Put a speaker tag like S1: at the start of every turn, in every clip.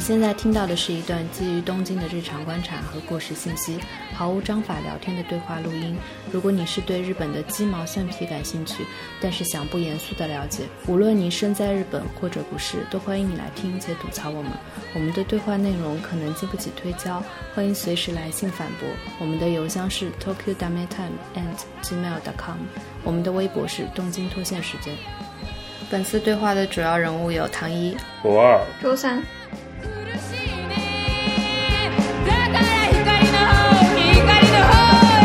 S1: 现在听到的是一段基于东京的日常观察和过时信息，毫无章法聊天的对话录音。如果你是对日本的鸡毛蒜皮感兴趣，但是想不严肃的了解，无论你身在日本或者不是，都欢迎你来听且吐槽我们。我们的对话内容可能经不起推敲，欢迎随时来信反驳。我们的邮箱是 tokyo dame time at gmail.com，我们的微博是东京脱线时间。本次对话的主要人物有唐一、
S2: 罗二，
S3: 周三，
S4: 苦しいねだから光の方に光の方へ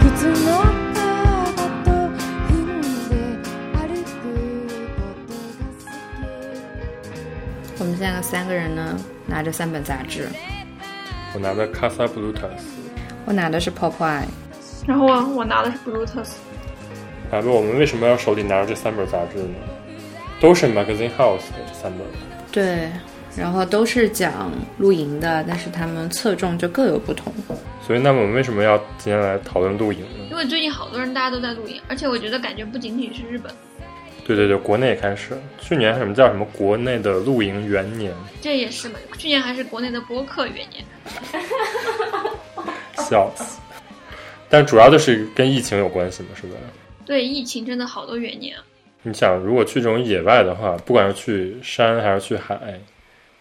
S4: 靴のパーと踏んで歩くことが好き
S1: 我们现在三个人呢，拿着三本杂志，
S2: 我拿的 Casa Blutas，
S1: 我拿的是《泡泡爱
S3: 然后啊，我拿的是 Bluetooth，
S2: 啊，那我们为什么要手里拿着这三本杂志呢？都是 Magazine House 的这三本，》，
S1: 对，然后都是讲露营的，但是他们侧重就各有不同。
S2: 所以那么我们为什么要今天来讨论露营呢？
S3: 因为最近好多人大家都在露营，而且我觉得感觉不仅仅是日本，
S2: 对对对，国内也开始，去年什么叫什么国内的露营元年，
S3: 这也是嘛。去年还是国内的播客元年，
S2: 笑死。但主要就是跟疫情有关系嘛，是吧？
S3: 对疫情真的好多元年啊。
S2: 你想，如果去这种野外的话，不管是去山还是去海，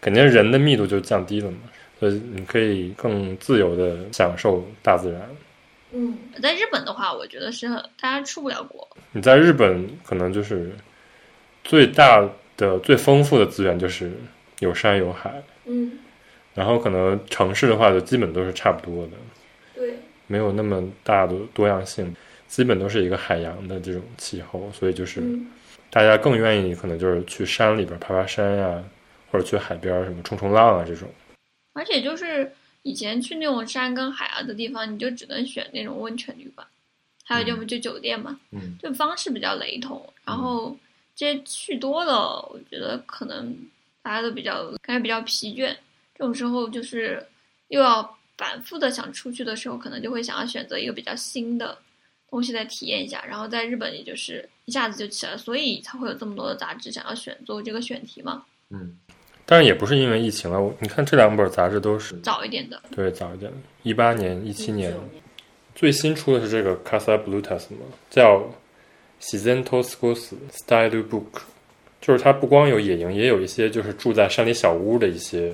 S2: 肯定人的密度就降低了嘛，所以你可以更自由的享受大自然。
S3: 在日本的话，我觉得是很大家出不了国，
S2: 你在日本可能就是最大的、最丰富的资源就是有山有海，
S3: 嗯，
S2: 然后可能城市的话就基本都是差不多的，
S3: 对，
S2: 没有那么大的多样性，基本都是一个海洋的这种气候，所以就是
S3: 嗯
S2: 大家更愿意可能就是去山里边爬爬山呀、或者去海边什么冲冲浪啊这种。
S3: 而且就是以前去那种山跟海啊的地方，你就只能选那种温泉旅馆，还有就不就酒店嘛，
S2: 嗯，
S3: 就方式比较雷同。然后这些去多了，我觉得可能大家都比较感觉比较疲倦。这种时候就是又要反复的想出去的时候，可能就会想要选择一个比较新的东西来体验一下。然后在日本，也就是一下子就起来了，所以才会有这么多的杂志想要选做这个选题嘛。
S2: 但是也不是因为疫情啊，我你看这两本杂志都是
S3: 早一点的，
S2: 对早一点，一八年、一七年，最新出的是这个 Casa Blutas 嘛，叫 s i z e n t o s k o s Style Book，就是它不光有野营，也有一些就是住在山里小屋的一些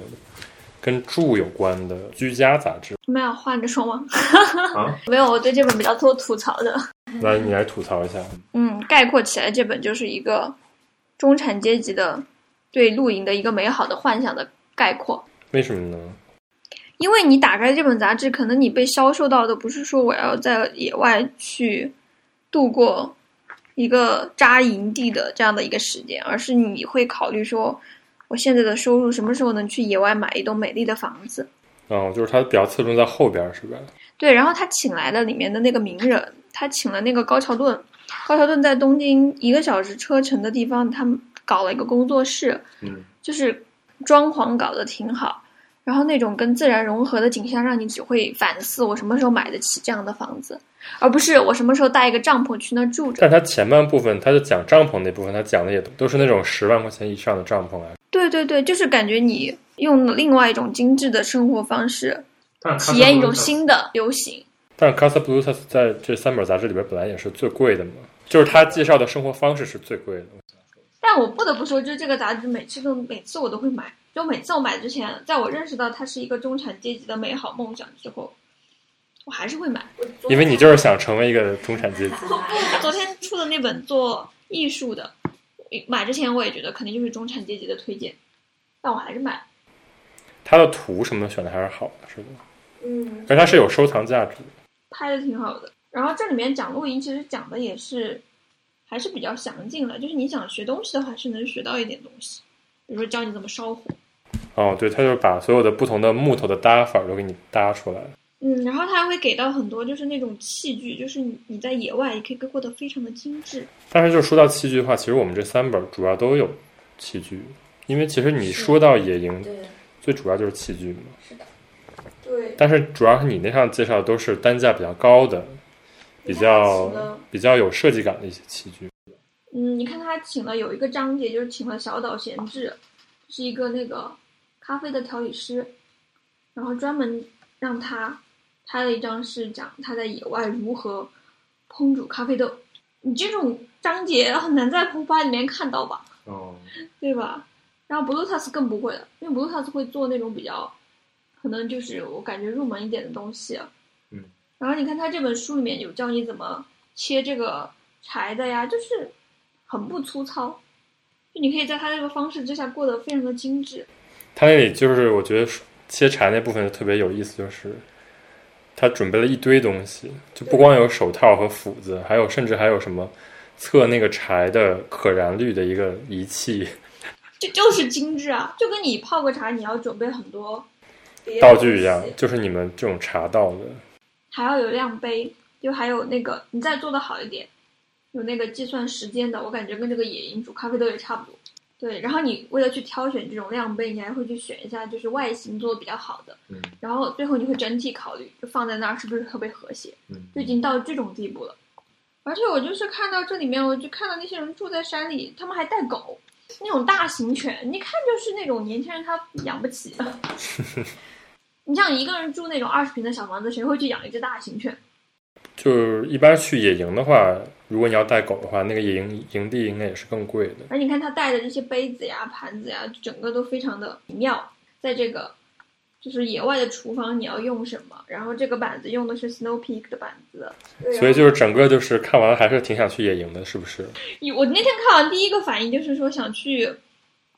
S2: 跟住有关的居家杂志。
S3: 没有换着说吗？
S2: 啊
S3: 没有，我对这本比较多吐槽的。
S2: 来，你来吐槽一下。
S3: 嗯，概括起来，这本就是一个中产阶级的对露营的一个美好的幻想的概括。
S2: 为什么呢？
S3: 因为你打开这本杂志，可能你被销售到的不是说我要在野外去度过一个扎营地的这样的一个时间，而是你会考虑说，我现在的收入什么时候能去野外买一栋美丽的房子？
S2: 嗯，就是它比较侧重在后边儿，是吧？
S3: 对，然后他请来了里面的那个名人，他请了那个高桥盾。高桥盾在东京一个小时车程的地方，他们搞了一个工作室，
S2: 嗯，
S3: 就是装潢搞得挺好，然后那种跟自然融合的景象，让你只会反思我什么时候买得起这样的房子，而不是我什么时候带一个帐篷去那儿住着。
S2: 但它前半部分，它就讲帐篷那部分，它讲的也都是那种十万块钱以上的帐篷啊。
S3: 对对对，就是感觉你用了另外一种精致的生活方式，
S2: 但
S3: 体验一种新的流行。
S2: 但是 Casa Blutas 在这三本杂志里边本来也是最贵的嘛，就是他介绍的生活方式是最贵的。
S3: 但我不得不说，就是这个杂志每次都每次我都会买，就每次我买之前，在我认识到它是一个中产阶级的美好梦想之后，我还是会买。
S2: 因为你就是想成为一个中产阶级，
S3: 昨天出的那本做艺术的，买之前我也觉得肯定就是中产阶级的推荐，但我还是买了。
S2: 他的图什么选的还是好的，是吧？嗯，而它是有收藏价值的。
S3: 拍的挺好的。然后这里面讲露营，其实讲的也是还是比较详尽了，就是你想学东西的话，是能学到一点东西，比如说教你怎么烧火。
S2: 哦，对，他就是把所有的不同的木头的搭法都给你搭出来。
S3: 嗯，然后它还会给到很多就是那种器具，就是你你在野外也可以过得非常的精致。
S2: 但是就是说到器具的话，其实我们这三本主要都有器具，因为其实你说到野营，最主要就是器具嘛。是的。
S5: 对，
S2: 但是主要是你那上介绍的都是单价比较高的、比
S5: 那他请
S2: 较
S5: 了
S2: 比较有设计感的一些器具。
S3: 嗯，你看他请了有一个章节，就是请了小岛贤治，是一个那个咖啡的调理师，然后专门让他拍了一张是讲他在野外如何烹煮咖啡豆。你这种章节很难在澎湃里面看到吧，
S2: 哦，
S3: 对吧？然后布鲁塔斯更不会了，因为布鲁塔斯会做那种比较，可能就是我感觉入门一点的东西。啊
S2: 嗯。
S3: 然后你看他这本书里面有教你怎么切这个柴的呀，就是很不粗糙，就你可以在他这个方式之下过得非常的精致。
S2: 他那里就是我觉得切柴那部分特别有意思，就是他准备了一堆东西，就不光有手套和斧子，还有甚至还有什么测那个柴的可燃率的一个仪器，
S3: 这就是精致啊，就跟你泡个茶，你要准备很多，
S5: 别的
S2: 道具一样
S5: 东西，
S2: 就是你们这种茶道的。
S3: 还要有量杯，就还有那个你再做的好一点，有那个计算时间的，我感觉跟这个野营煮咖啡豆也差不多。对，然后你为了去挑选这种量杯，你还会去选一下就是外形做的比较好的，
S2: 嗯
S3: 然后最后你会整体考虑，就放在那儿是不是特别和谐。
S2: 嗯
S3: 就已经到这种地步了。而且我就是看到这里面，我就看到那些人住在山里，他们还带狗，那种大型犬，你看就是那种年轻人他养不起。你像一个人住那种二十平的小房子，谁会去养一只大型犬？
S2: 就是一般去野营的话，如果你要带狗的话，那个野营营地应该也是更贵的。
S3: 而你看他带的这些杯子呀、盘子呀，整个都非常的妙。在这个就是野外的厨房，你要用什么？然后这个板子用的是 Snow Peak 的板子，
S5: 对
S2: 所以就是整个就是看完了还是挺想去野营的，是不是？
S3: 我那天看完第一个反应就是说想去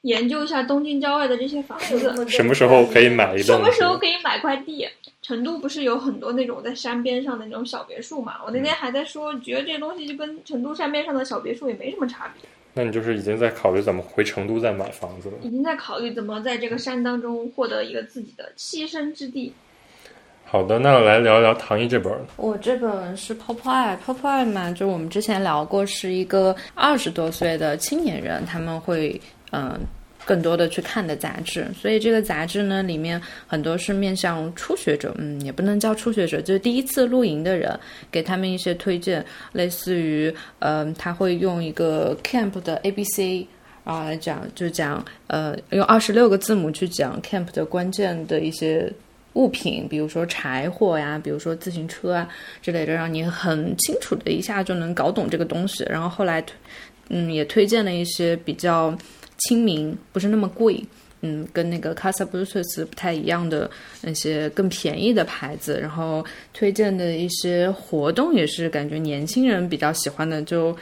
S3: 研究一下东京郊外的这些房子，
S2: 什么时候可以？买一
S3: 什
S2: 栋？
S3: 么时候可以买块地？成都不是有很多那种在山边上的那种小别墅嘛？我那天还在说，觉得这东西就跟成都山边上的小别墅也没什么差别，
S2: 那你就是已经在考虑怎么回成都再买房子了。
S3: 已经在考虑怎么在这个山当中获得一个自己的栖身之地。
S2: 好的，那来聊聊唐一这本儿。
S6: 我这本是 Popeye，Popeye 嘛，就我们之前聊过，是一个二十多岁的青年人，他们会嗯、呃更多的去看的杂志。所以这个杂志呢，里面很多是面向初学者，嗯，也不能叫初学者，就是第一次露营的人，给他们一些推荐，类似于嗯、他会用一个 Camp 的 A B C。啊，来讲就讲呃，用二十六个字母去讲 camp 的关键的一些物品，比如说柴火呀，比如说自行车啊之类的，让你很清楚的一下就能搞懂这个东西。然后后来推，嗯，也推荐了一些比较亲民，不是那么贵，嗯，跟那个 Casa b r u t u s 不太一样的那些更便宜的牌子。然后推荐的一些活动也是感觉年轻人比较喜欢的，就。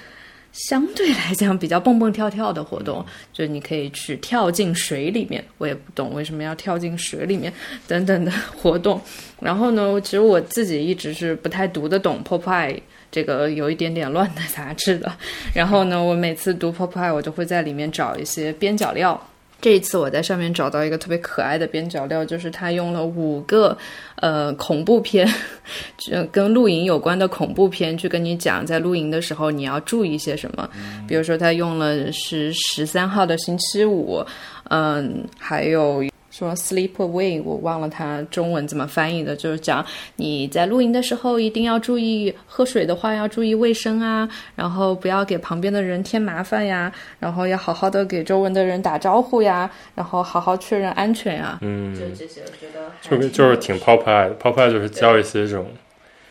S6: 相对来讲比较蹦蹦跳跳的活动，就你可以去跳进水里面，我也不懂为什么要跳进水里面等等的活动。然后呢，其实我自己一直是不太读得懂 Popeye 这个有一点点乱的杂志的。 然后呢，我每次读 Popeye，我就会在里面找一些边角料。这一次我在上面找到一个特别可爱的边角料，就是他用了五个呃恐怖片， 就跟露营有关的恐怖片，去跟你讲在露营的时候你要注意些什么。
S2: 嗯
S6: 比如说，他用了是十三号的星期五，嗯，还有说 sleep away，我忘了它中文怎么翻译的，就是讲你在露营的时候一定要注意喝水的话要注意卫生啊，然后不要给旁边的人添麻烦呀，然后要好好的给周围的人打招呼呀，然后好好确认安全呀。
S2: 嗯，
S6: 就这些，我觉得还
S2: 就跟就是挺 Popeye 的，Popeye 就是教一些这种，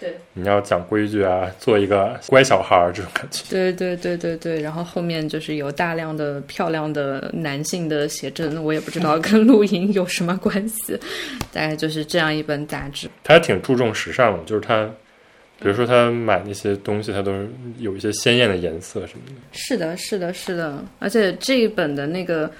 S6: 对，
S2: 你要讲规矩啊，做一个乖小孩儿这种感觉。
S6: 对对对对对，然后后面就是有大量的漂亮的男性的写真，我也不知道跟露营有什么关系，大概就是这样一本杂志。
S2: 他还挺注重时尚的，就是他，比如说他买那些东西，他都是有一些鲜艳的颜色什么的。
S6: 是的，是的，是的，而且这一本的那个，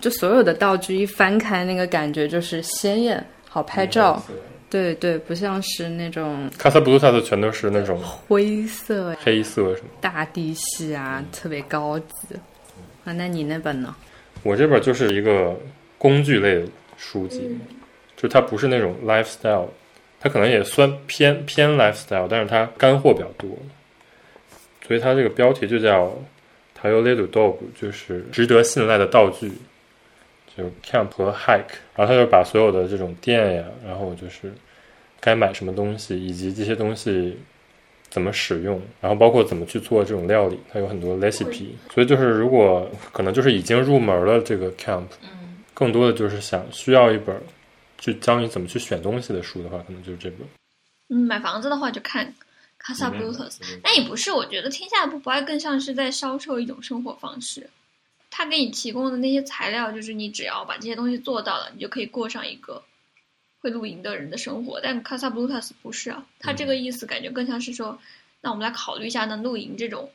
S6: 就所有的道具一翻开，那个感觉就是鲜艳，好拍照。对对，不像是那种
S2: 卡萨布鲁萨的全都是那种
S6: 灰色呀、
S2: 黑色什么的。
S6: 大地系啊，特别高级。啊，那你那本呢？
S2: 我这本就是一个工具类的书籍，就它不是那种 lifestyle，它可能也算偏偏 lifestyle，但是它干货比较多，所以它这个标题就叫 “Tayo l e d u d o 就是值得信赖的道具。就 camp 和 hike，然后他就把所有的这种店呀，然后就是该买什么东西，以及这些东西怎么使用，然后包括怎么去做这种料理，它有很多 recipe。所以就是如果可能就是已经入门了这个 camp，
S1: 嗯，
S2: 更多的就是想需要一本就教你怎么去选东西的书的话，可能就是这本。
S3: 嗯，买房子的话就看 Casa Blues，但也不是，我觉得天下不不爱更像是在销售一种生活方式。他给你提供的那些材料，就是你只要把这些东西做到了，你就可以过上一个会露营的人的生活。但 Casa Blues 不是啊，他这个意思感觉更像是说，那我们来考虑一下呢，露营这种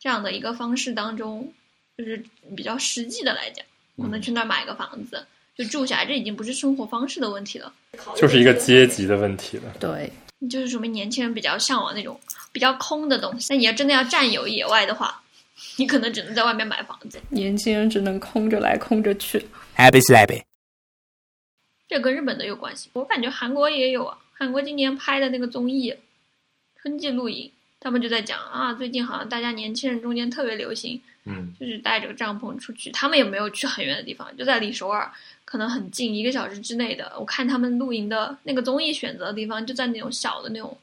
S3: 这样的一个方式当中，就是比较实际的来讲，我们去那儿买个房子就住下来，这已经不是生活方式的问题了。
S2: 就是一个阶级的问题了。
S6: 对，
S3: 就是说明年轻人比较向往那种比较空的东西。但你要真的要占有野外的话，你可能只能在外面买房子。
S6: 年轻人只能空着来，空着去。
S5: Happy slappy.
S3: 这跟日本的有关系。我感觉韩国也有啊，韩国今年拍的那个综艺《春季露营》，他们就在讲啊，最近好像大家年轻人中间特别流行，
S2: 嗯，
S3: 就是带着个帐篷出去。他们也没有去很远的地方，就在离首尔可能很近，一个小时之内的。我看他们露营的那个综艺选择的地方，就在那种小的那种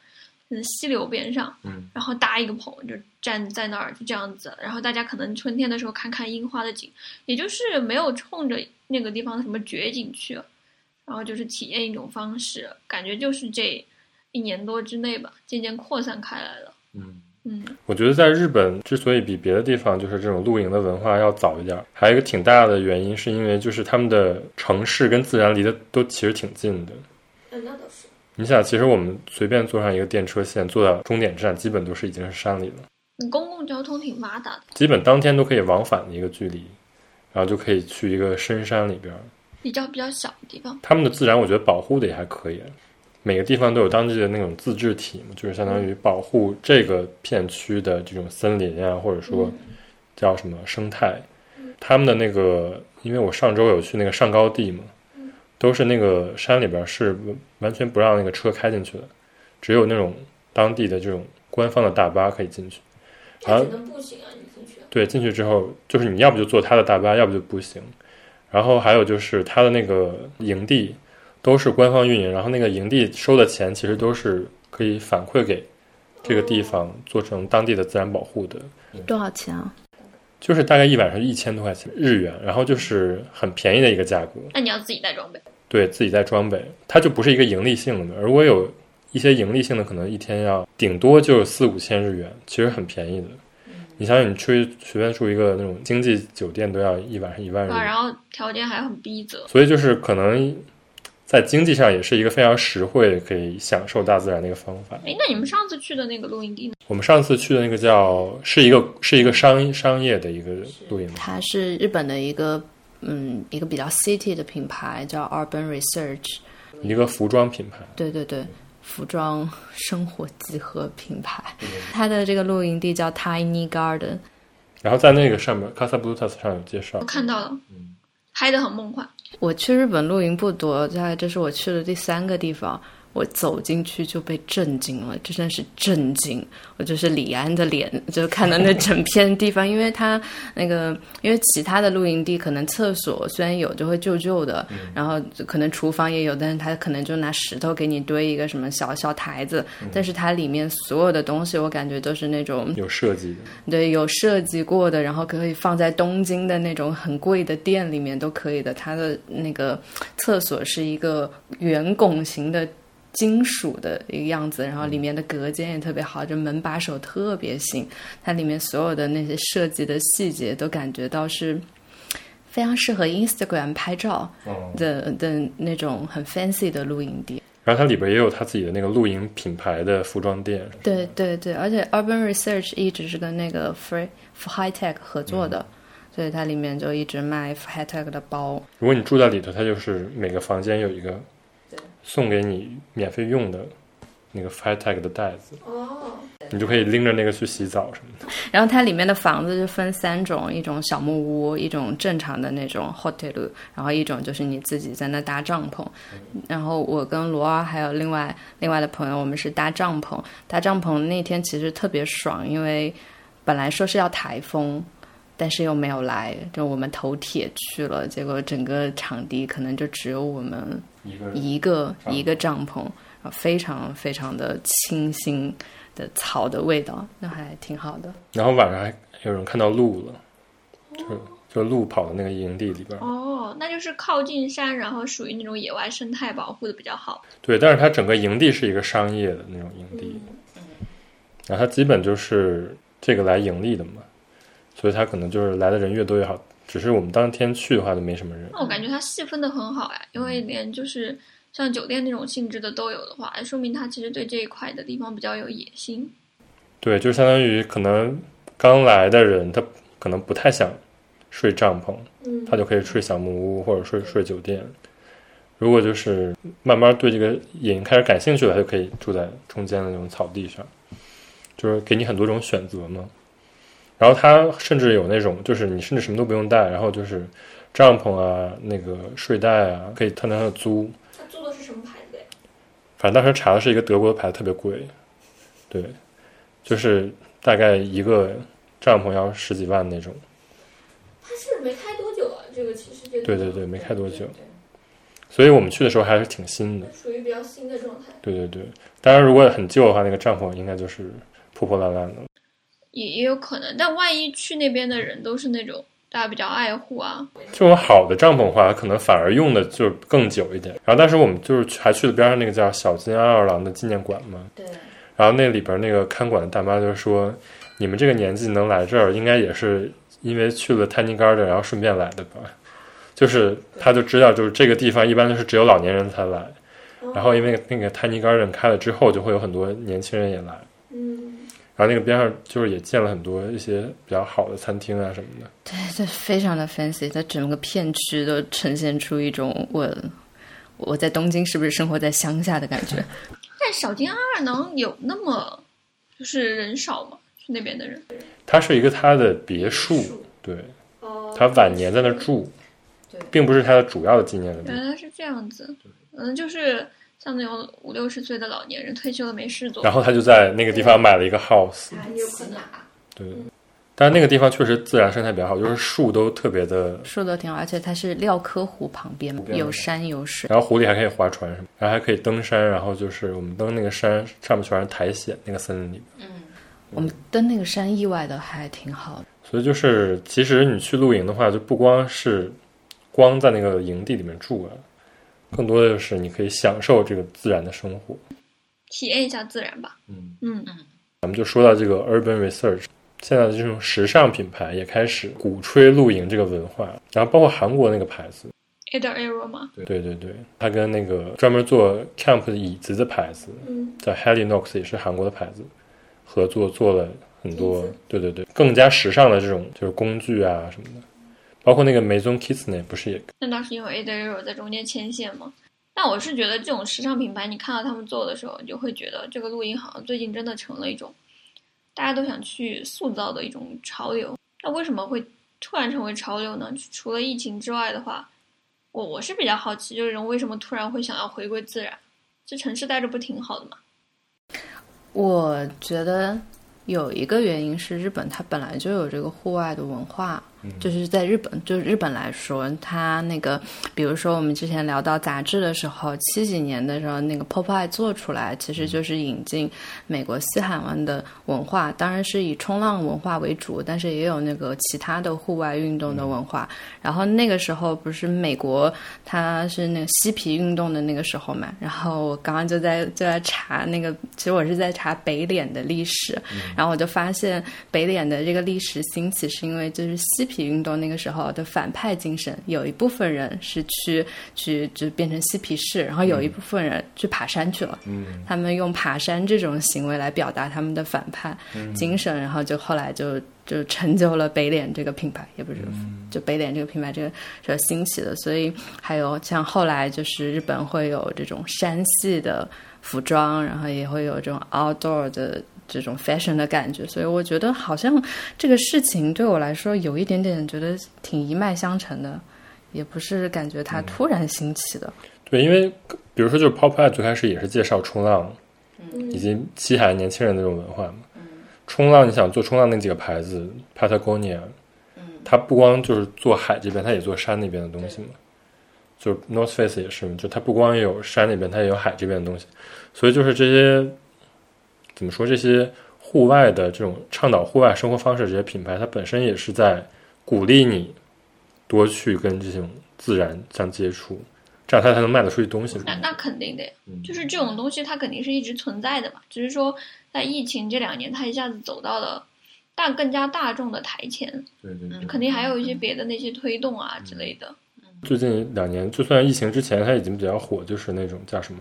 S3: 嗯溪流边上，
S2: 嗯，
S3: 然后搭一个棚，就站在那儿就这样子。然后大家可能春天的时候看看樱花的景，也就是没有冲着那个地方什么绝景去，然后就是体验一种方式，感觉就是这一年多之内吧，渐渐扩散开来了。
S2: 嗯
S3: 嗯，
S2: 我觉得在日本之所以比别的地方就是这种露营的文化要早一点儿，还有一个挺大的原因是因为就是他们的城市跟自然离得都其实挺近的。
S7: 嗯，那倒是。
S2: 你想，其实我们随便坐上一个电车线，坐到终点站，基本都是已经是山里了，
S3: 公共交通挺发达的，
S2: 基本当天都可以往返的一个距离，然后就可以去一个深山里边儿。
S3: 比较比较小的地方。
S2: 他们的自然我觉得保护的也还可以，每个地方都有当地的那种自治体嘛，就是相当于保护这个片区的这种森林啊，或者
S7: 嗯
S2: 说叫什么生态。他们的那个，因为我上周有去那个上高地嘛，
S7: 嗯
S2: 都是那个山里边是完全不让那个车开进去的，只有那种当地的这种官方的大巴可以进去。然
S7: 那
S2: 后
S7: 只能步行啊，你进去。
S2: 对，进去之后就是你要不就坐他的大巴，要不就步行。然后还有就是他的那个营地都是官方运营，然后那个营地收的钱其实都是可以反馈给这个地方，做成当地的自然保护的，
S6: 多少钱啊？
S2: 就是大概一晚上一千多块钱日元，然后就是很便宜的一个价格。
S3: 那你要自己带装备，
S2: 对自己带装备，它就不是一个盈利性的。而我有一些盈利性的，可能一天要顶多就四五千日元，其实很便宜的。你想想，你去随便住一个那种经济酒店，都要一晚上一万日
S3: 啊，
S2: 元
S3: 然，后条件还很逼仄。
S2: 所以就是可能在经济上也是一个非常实惠，可以享受大自然的一个方法。
S3: 哎，那你们上次去的那个露营地呢？
S2: 我们上次去的那个叫是一个是一个商商业的一个露营，
S6: 它是日本的一个嗯一个比较 city 的品牌，叫 Urban Research。
S2: 一个服装品牌。
S6: 对对对，服装生活集合品牌。它的这个露营地叫 Tiny Garden。
S2: 然后在那个上面 c a s a b l u t a s 上有介绍
S3: 我，看到了，拍的很梦幻。
S6: 我去日本露营不多，大概这是我去的第三个地方。我走进去就被震惊了，这真是震惊！我就是李安的脸，就看到那整片地方，因为他那个，因为其他的露营地可能厕所虽然有，就会旧旧的，然后可能厨房也有，但是他可能就拿石头给你堆一个什么小小台子，但是它里面所有的东西，我感觉都是那种
S2: 有设计的。
S6: 对，有设计过的，然后可以放在东京的那种很贵的店里面都可以的。它的那个厕所是一个圆拱形的金属的一个样子，然后里面的隔间也特别好，就门把手特别新。它里面所有的那些设计的细节都感觉到是非常适合 Instagram 拍照的的那种很 fancy 的露营地。
S2: 然后它里边也有它自己的那个露营品牌的服装店，
S6: 对对对，而且 Urban Research 一直是跟那个 Free High Tech 合作的，所以它里面就一直卖 High Tech 的包。
S2: 如果你住在里头，它就是每个房间有一个送给你免费用的那个 f i t e c 的袋子，
S7: 哦，
S2: 你就可以拎着那个去洗澡什么的。
S6: 然后它里面的房子就分三种，一种小木屋，一种正常的那种 hotel，然后一种就是你自己在那搭帐篷。然后我跟罗儿还有另外另外的朋友，我们是搭帐篷。搭帐篷那天其实特别爽，因为本来说是要台风，但是又没有来，就我们投帖去了，结果整个场地可能就只有我们
S2: 一个
S6: 一个
S2: 帐篷
S6: 一个帐篷，啊非常非常的清新的草的味道，那还挺好的。
S2: 然后晚上还有人看到鹿了，就就鹿跑到那个营地里边儿。
S3: 哦，那就是靠近山，然后属于那种野外生态保护的比较好。
S2: 对，但是它整个营地是一个商业的那种营地，然后它基本就是这个来盈利的嘛，所以它可能就是来的人越多越好。只是我们当天去的话就没什么人，
S3: 那我感觉它细分的很好呀，因为连就是像酒店那种性质的都有的话，说明它其实对这一块的地方比较有野心。
S2: 对，就相当于可能刚来的人他可能不太想睡帐篷，
S7: 嗯，
S2: 他就可以睡小木屋或者睡睡酒店。如果就是慢慢对这个野营开始感兴趣了，他就可以住在中间的那种草地上，就是给你很多种选择嘛。然后他甚至有那种，就是你甚至什么都不用带，然后就是帐篷啊、那个睡袋啊，可以他那上租。
S7: 他租的是什么牌子的呀？
S2: 反正当时查的是一个德国的牌子，特别贵，对，就是大概一个帐篷要十几万那种。
S7: 他是没开多久啊，这个其实这个
S2: 对对对没开多久
S7: 对
S2: 所以我们去的时候还是挺新的
S7: 对。属于比较新的状态。
S2: 对对对，当然如果很旧的话，那个帐篷应该就是破破烂烂的了。
S3: 也也有可能，但万一去那边的人都是那种大家比较爱护啊，
S2: 这种好的帐篷的话，可能反而用的就是更久一点。然后当时我们就是去还去了边上那个叫小金安二郎的纪念馆嘛，
S7: 对，
S2: 然后那里边那个看管的大妈就说：“你们这个年纪能来这儿，应该也是因为去了 Tiny Garden，然后顺便来的吧？”就是他就知道，就是这个地方一般都是只有老年人才来，
S7: 哦
S2: 然后因为那个 Tiny Garden 开了之后，就会有很多年轻人也来。
S7: 嗯，
S2: 然后那个边上就是也建了很多一些比较好的餐厅啊什么的。
S6: 这非常的 fancy，它整个片区都呈现出一种我我在东京是不是生活在乡下的感觉。
S3: 但小金二能有那么就是人少吗？去那边的人，
S2: 它是一个他的别墅，对
S7: 哦，
S2: 他晚年在那住，并不是他的主要的纪念的地方。
S3: 原来是这样子，嗯，就是像那种五六十岁的老年人退休了没事做
S2: 然，后他就在那个地方买了一个 house，
S7: 啊，有可能
S2: 对。但是那个地方确实自然生态比较好，就是树都特别的，
S6: 说的挺好，而且它是廖科湖旁边，
S2: 边
S6: 有山有水，
S2: 然后湖里还可以划船什么，然后还可以登山，然后就是我们登那个山上面全是苔藓，那个森林里面。
S6: 我们登那个山意外的还挺好的。
S2: 所以就是其实你去露营的话，就不光是光在那个营地里面住啊，更多的就是你可以享受这个自然的生活。
S3: 体验一下自然吧。
S2: 嗯
S3: 嗯，
S2: 咱们就说到这个 urban research，现在的这种时尚品牌也开始鼓吹露营这个文化，然后包括韩国那个牌子，
S3: a d e r Arrow 吗？
S2: 对对对，它跟那个专门做 camp 的椅子的牌子
S7: 嗯，
S2: 叫 Helinox，也是韩国的牌子，合作做了很多
S7: 椅子，
S2: 对对对，更加时尚的这种就是工具啊什么的，包括那个 Maison Kitsune 不是也
S3: 难道是因为 a d e r Arrow 在中间牵线吗？但我是觉得这种时尚品牌，你看到他们做的时候，你就会觉得这个露营好像最近真的成了一种大家都想去塑造的一种潮流。那为什么会突然成为潮流呢？除了疫情之外的话，我我是比较好奇，就是人为什么突然会想要回归自然？这城市待着不挺好的吗？
S6: 我觉得有一个原因是日本它本来就有这个户外的文化，就是在日本，就是日本来说，它那个，比如说我们之前聊到杂志的时候，七几年的时候，那个 Popeye 做出来，其实就是引进美国西海湾的文化，当然是以冲浪文化为主，但是也有那个其他的户外运动的文化。然后那个时候不是美国它是那个嬉皮运动的那个时候嘛，然后我刚刚就在就在查那个，其实我是在查北脸的历史，然后我就发现北脸的这个历史兴起是因为就是嬉皮运动那个时候的反派精神，有一部分人是去去就变成嬉皮士，然后有一部分人去爬山去了，嗯，他们用爬山这种行为来表达他们的反派精神，然后就后来就就成就了北脸这个品牌，也不是、就北脸这个品牌这个这个兴起的，所以还有像后来就是日本会有这种山系的服装，然后也会有这种 outdoor 的这种 fashion 的感觉，所以我觉得好像这个事情对我来说有一点点觉得挺一脉相承的，也不是感觉它突然兴起的。
S2: 对，因为比如说就是 Popeye 最开始也是介绍冲浪，以及西海岸年轻人的这种文化嘛。冲浪，你想做冲浪那几个牌子，Patagonia，它不光就是做海这边，它也做山那边的东西嘛。就是 North Face 也是嘛，就它不光有山那边，它也有海这边的东西。所以就是这些怎么说，这些户外的这种倡导户外生活方式的这些品牌，它本身也是在鼓励你多去跟这种自然相接触，这样它才能卖得出去东西嘛。
S3: 那那肯定的呀
S2: 嗯，
S3: 就是这种东西它肯定是一直存在的嘛，只是说在疫情这两年，它一下子走到了大更加大众的台前，
S2: 对对
S6: 对
S3: 肯定还有一些别的那些推动
S2: 嗯
S3: 啊之类的。
S2: 最近两年，就算疫情之前，它已经比较火，就是那种叫什么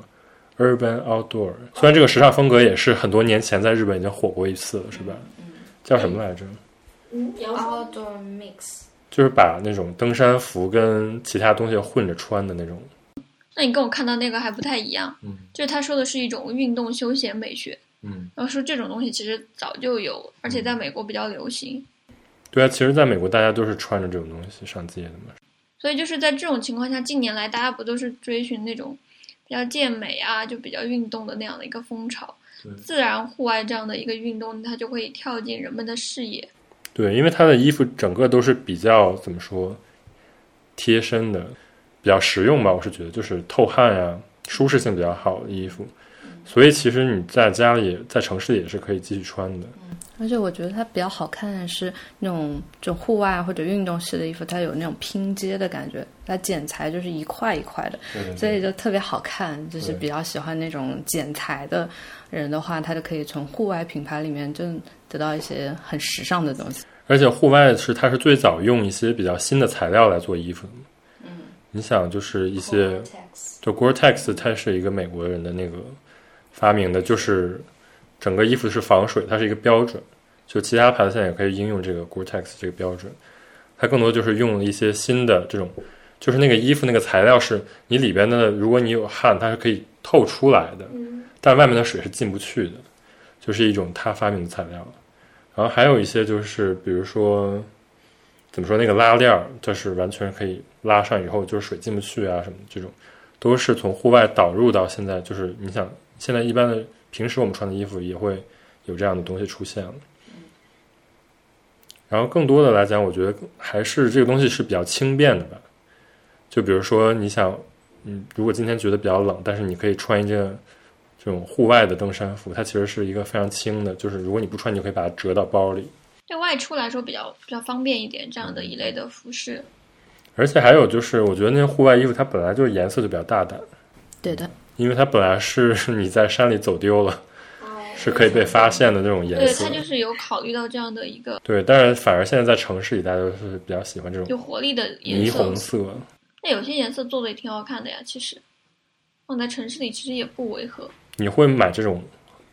S2: urban outdoor。虽然这个时尚风格也是很多年前在日本已经火过一次了，是吧？叫什么来着？
S7: 嗯，你要说
S5: Outdoor mix，
S2: 就是把那种登山服跟其他东西混着穿的那种。
S3: 那你跟我看到那个还不太一样，
S2: 嗯
S3: 就是他说的是一种运动休闲美学，
S2: 嗯，
S3: 然后说这种东西其实早就有，而且在美国比较流行，
S2: 对啊，其实在美国大家都是穿着这种东西上街的嘛。
S3: 所以就是在这种情况下，近年来大家不都是追寻那种比较健美啊，就比较运动的那样的一个风潮
S2: 对，
S3: 自然户外这样的一个运动，它就会跳进人们的视野。
S2: 对，因为它的衣服整个都是比较怎么说贴身的，比较实用吧。我是觉得就是透汗呀、舒适性比较好的衣服，所以其实你在家里、在城市里也是可以继续穿的。
S6: 而且我觉得它比较好看的是那种就户外或者运动系的衣服，它有那种拼接的感觉，它剪裁就是一块一块的，嗯所以就特别好看。就是
S2: 对
S6: 比较喜欢那种剪裁的人的话，他就可以从户外品牌里面就得到一些很时尚的东西。
S2: 而且户外是它是最早用一些比较新的材料来做衣服的嘛。嗯，你想就是一些
S5: Cortex
S2: 就 Gore-Tex，它是一个美国人的那个发明的，就是整个衣服是防水，它是一个标准。就其他牌子现在也可以应用这个 Gore-Tex 这个标准，它更多就是用了一些新的这种，就是那个衣服那个材料是你里边的，如果你有汗，它是可以透出来的，但外面的水是进不去的，就是一种它发明的材料。然后还有一些就是，比如说怎么说那个拉链儿，就是完全可以拉上以后，就是水进不去啊什么的这种。都是从户外导入到现在，就是你想现在一般的平时我们穿的衣服也会有这样的东西出现了。然后更多的来讲，我觉得还是这个东西是比较轻便的吧。就比如说你想，嗯，如果今天觉得比较冷，但是你可以穿一件这种户外的登山服，它其实是一个非常轻的，就是如果你不穿，你就可以把它折到包里。
S3: 对外出来说比较比较方便一点，这样的
S2: 嗯
S3: 一类的服饰。
S2: 而且还有就是，我觉得那些户外衣服它本来就是颜色就比较大胆，
S6: 对的，
S2: 因为它本来是你在山里走丢了，是可以被发现的那种颜
S3: 哦对，
S2: 色
S3: 它。就是有考虑到这样的一个
S2: 对，但是反而现在在城市里，大家都是比较喜欢这
S3: 有
S2: 种
S3: 活力的颜
S2: 霓
S3: 色。
S2: 虹色。
S3: 那有些颜色做的也挺好看的呀，其实放在城市里其实也不违和，
S2: 你会买这种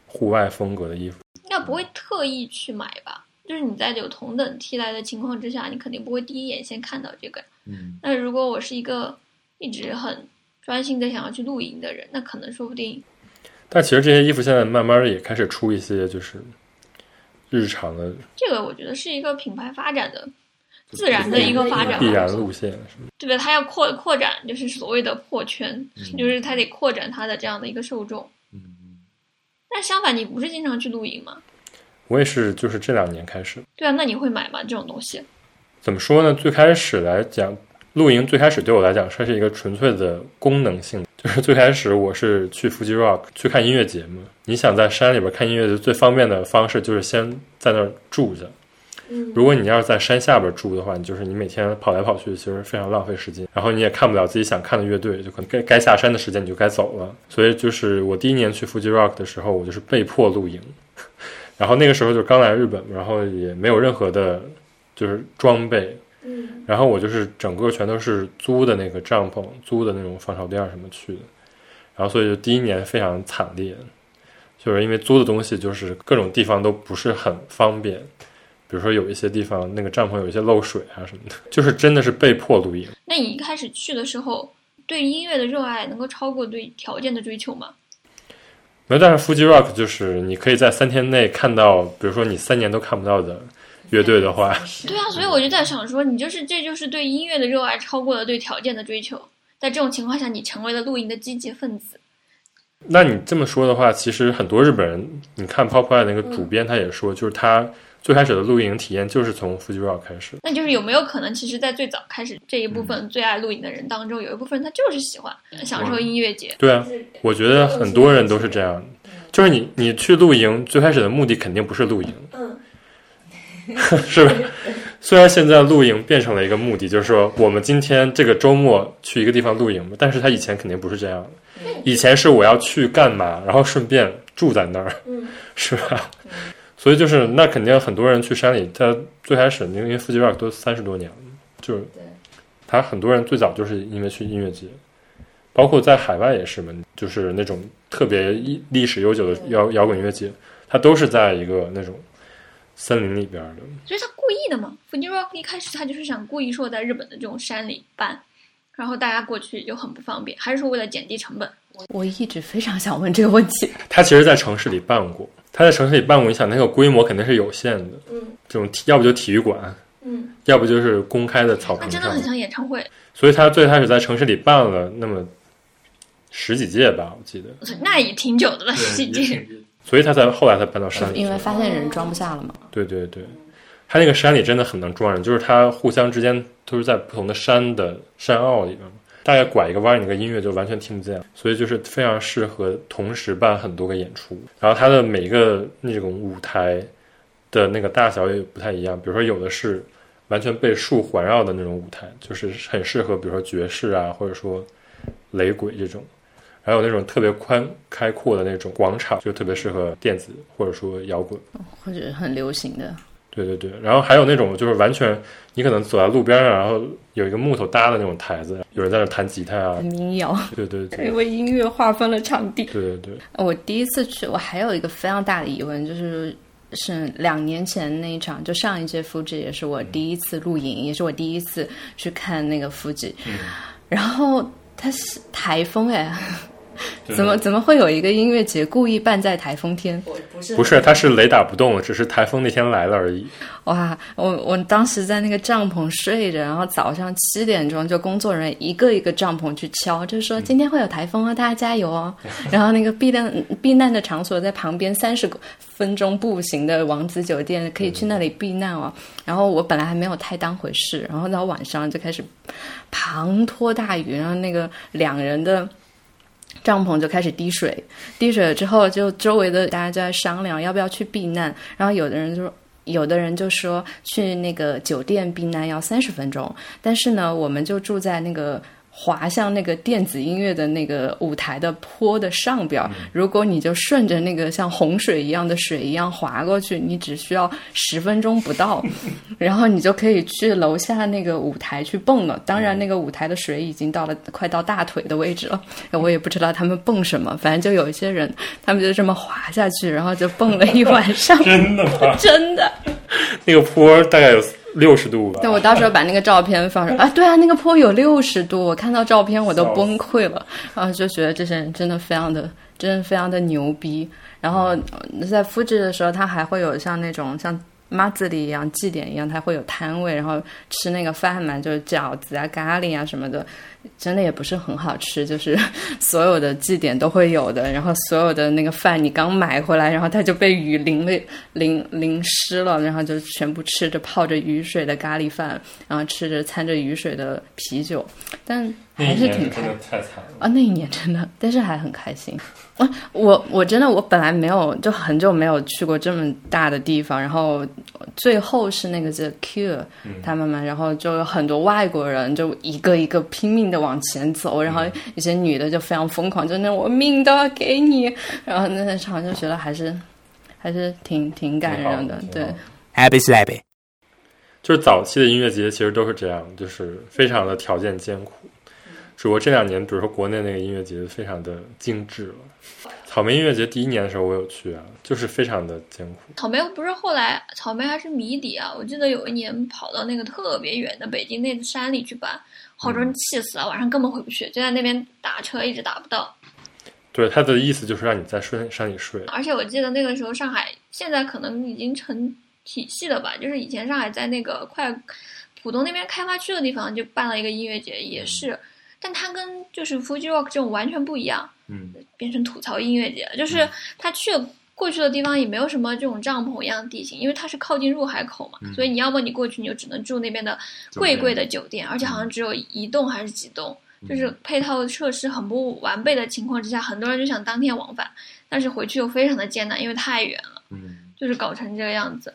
S2: 户外风格的衣服？
S3: 应该不会特意去买吧。就是你在有同等替代的情况之下，你肯定不会第一眼先看到这个。
S2: 嗯，
S3: 那如果我是一个一直很专心的想要去露营的人，那可能说不定
S2: 但其实这些衣服现在慢慢地也开始出一些就是日常的
S3: 这个我觉得是一个品牌发展的自然的一个发展
S2: 必
S3: 吧。
S2: 然路线，是吗？
S3: 对吧？它要扩扩展，就是所谓的破圈，
S2: 嗯
S3: 就是它得扩展它的这样的一个受众。但相反，你不是经常去露营吗？
S2: 我也是，就是这两年开始。
S3: 对啊，那你会买吗？这种东西？
S2: 怎么说呢？最开始来讲，露营最开始对我来讲，它是一个纯粹的功能性。 就是最开始我是去 Fuji Rock 去看音乐节嘛。你想在山里边看音乐节，最方便的方式就是先在那儿住下。如果你要是在山下边住的话，你就是你每天跑来跑去，其实非常浪费时间。然后你也看不了自己想看的乐队，就可能该该下山的时间你就该走了。所以就是我第一年去 Fuji Rock 的时候，我就是被迫露营。 然后那个时候就刚来日本，然后也没有任何的就是装备，嗯，然后我就是整个全都是租的那个帐篷，租的那种防潮垫儿什么去的，然后所以就第一年非常惨烈，就是因为租的东西就是各种地方都不是很方便，比如说有一些地方那个帐篷有一些漏水啊什么的，就是真的是被迫露营。
S3: 那你一开始去的时候，对音乐的热爱能够超过对条件的追求吗？
S2: 那但是 Fuji Rock 就是你可以在三天内看到，比如说你三年都看不到的乐队的 话，
S3: 对啊，所以我就在想说，你就是这就是对音乐的热爱超过了对条件的追求。在这种情况下，你成为了露营的积极分子。
S2: 那你这么说的话，其实很多日本人，你看 Pop Eye 那个主编他也说，就是他最开始的露营体验就是从 Fuji Rock 开始。
S3: 那就是有没有可能，其实，在最早开始这一部分最爱露营的人当中，有一部分人他就是喜欢享受音乐节，
S2: 对
S7: 就
S2: 啊，
S7: 是
S2: 我觉得很多人都是这样，
S7: 嗯
S2: 就是你你去露营，最开始的目的肯定不是露营，
S7: 嗯，
S2: 是吧？虽然现在露营变成了一个目的，就是说我们今天这个周末去一个地方露营，但是他以前肯定不是这样的，以前是我要去干嘛，然后顺便住在那儿，
S7: 嗯
S2: 是吧？ 所以就是那肯定很多人去山里，他最开始因为 Fuji Rock 都三十多年了，就是
S5: 对
S2: 他很多人最早就是因为去音乐节，包括在海外也是嘛，就是那种特别历历史悠久的摇摇滚乐节，它都是在一个那种森林里边的。
S3: 所以他故意的嘛。Fuji Rock 一开始他就是想故意说在日本的这种山里办，然后大家过去就很不方便，还是说为了减低成本？
S6: 我一直非常想问这个问题，
S2: 他其实，在城市里办过，他在城市里办过，你想那个规模肯定是有限的。
S7: 嗯
S2: 这种体要不就体育馆，
S7: 嗯
S2: 要不就是公开的草
S3: 那
S2: 坪
S3: 真
S2: 上
S3: 的，很像演唱会。
S2: 所以他最开始在城市里办了那么十几届吧，我记得，
S3: 那也挺久的了，
S2: 对
S3: 已经。
S2: 所以他才后来才搬到山里
S6: 嗯
S2: 去。
S6: 因为发现人装不下了嘛。
S2: 对对对，它那个山里真的很能装人，就是它互相之间都是在不同的山的山坳里边嘛，大概拐一个弯儿，你那个音乐就完全听不见，所以就是非常适合同时办很多个演出。然后它的每一个那种舞台的那个大小也不太一样，比如说有的是完全被树环绕的那种舞台，就是很适合比如说爵士啊，或者说雷鬼这种。还有那种特别宽开阔的那种广场，就特别适合电子或者说摇滚。
S6: 或者很流行的，
S2: 对对对，然后还有那种就是完全，你可能走在路边上，然后有一个木头搭的那种台子，有人在那弹吉他啊，
S6: 民 谣，
S2: 对对对，
S6: 为音乐划分了场地。
S2: 对对对，
S6: 我第一次去，我还有一个非常大的疑问，就是是两年前那一场，就上一届福吉也是我第一次露营，也是我第一次去看那个福吉， 然后它是台风哎， 怎么怎么会有一个音乐节故意办在台风天？
S5: 我不是
S2: 不是，它是雷打不动，只是台风那天来了而已。
S6: 哇，我我当时在那个帐篷睡着，然后早上七点钟就工作人员一个一个帐篷去敲，就说今天会有台风啊，大家加油哦。 然后那个避难避难的场所在旁边三十分钟步行的王子酒店，可以去那里避难哦。然后我本来还没有太当回事，然后到晚上就开始滂沱大雨，然后那个两人的。帐篷就开始滴水，滴水了之后，就周围的大家就在商量要不要去避难，然后有的人就说。有的人就说去那个酒店避难要三十分钟，但是呢，我们就住在那个滑向那个电子音乐的那个舞台的坡的上边儿。如果你就顺着那个像洪水一样的水一样滑过去，你只需要十分钟不到，然后你就可以去楼下那个舞台去蹦了。当然，那个舞台的水已经到了快到大腿的位置了，我也不知道他们蹦什么，反正就有一些人他们就这么滑下去，然后就蹦了一 晚上。
S2: 真的吗？
S6: 真的。
S2: 那个坡大概有六十度吧
S6: 对，。我到时候把那个照片放上啊。对啊，那个坡有六十度，我看到照片我都崩溃了，然后就觉得这些人真的非常的，真的非常的牛逼。然后呃在复制的时候，他还会有像那种像。妈子里一样祭典一样，它会有摊位，然后吃那个饭嘛，就是饺子啊、咖喱啊什么的，真的也不是很好吃， 就是所有的祭典都会有的，然后所有的那个饭你刚买回来，然后它就被雨淋了淋淋湿了，然后就全部吃着泡着雨水的咖喱饭，然后吃着掺着雨水的啤酒，但还是挺开心。
S2: 太惨了。
S6: 啊，那一年真的，但是还很开心。我我我真的我本来没有，就很久没有去过这么大的地方，然后最后是那个 The Cure，他们嘛，然后就有很多外国人就一个一个拼命的往前走，然后有些女的就非常疯狂，就那种我命都要给你，然后那场就觉得还是还是挺挺感人的
S2: 挺好，
S6: 对
S2: 挺好，
S8: Happy Slappy.
S2: 就是早期的音乐节其实都是这样，就是非常的条件艰苦。只不过这两年，比如说国内那个音乐节非常的精致了。草莓音乐节第一年的时候我有去啊，就是非常的艰苦。
S3: 草莓不是后来草莓还是谜底啊？我记得有一年跑到那个特别远的北京那山里去办，好多人气死了，晚上根本回不去，就在那边打车一直打不到。
S2: 对，他的意思就是让你在山山里睡。
S3: 而且我记得那个时候上海现在可能已经成体系了吧，就是以前上海在那个快浦东那边开发区的地方就办了一个音乐节，也是，但它跟就是 Fuji Rock 这种完全不一样，
S2: 嗯，
S3: 嗯变成吐槽音乐节了，就是他去过去的地方也没有什么这种帐篷一样的地形，因为它是靠近入海口嘛，所以你要么你过去你就只能住那边的贵贵的嗯酒店，而嗯且好像只有一栋还是几栋，就是配套设施很不完备的情况之下，很多人就想当天往返，但是回去又非常的艰难，因为太远了，
S2: 嗯，
S3: 就是搞成这个样子，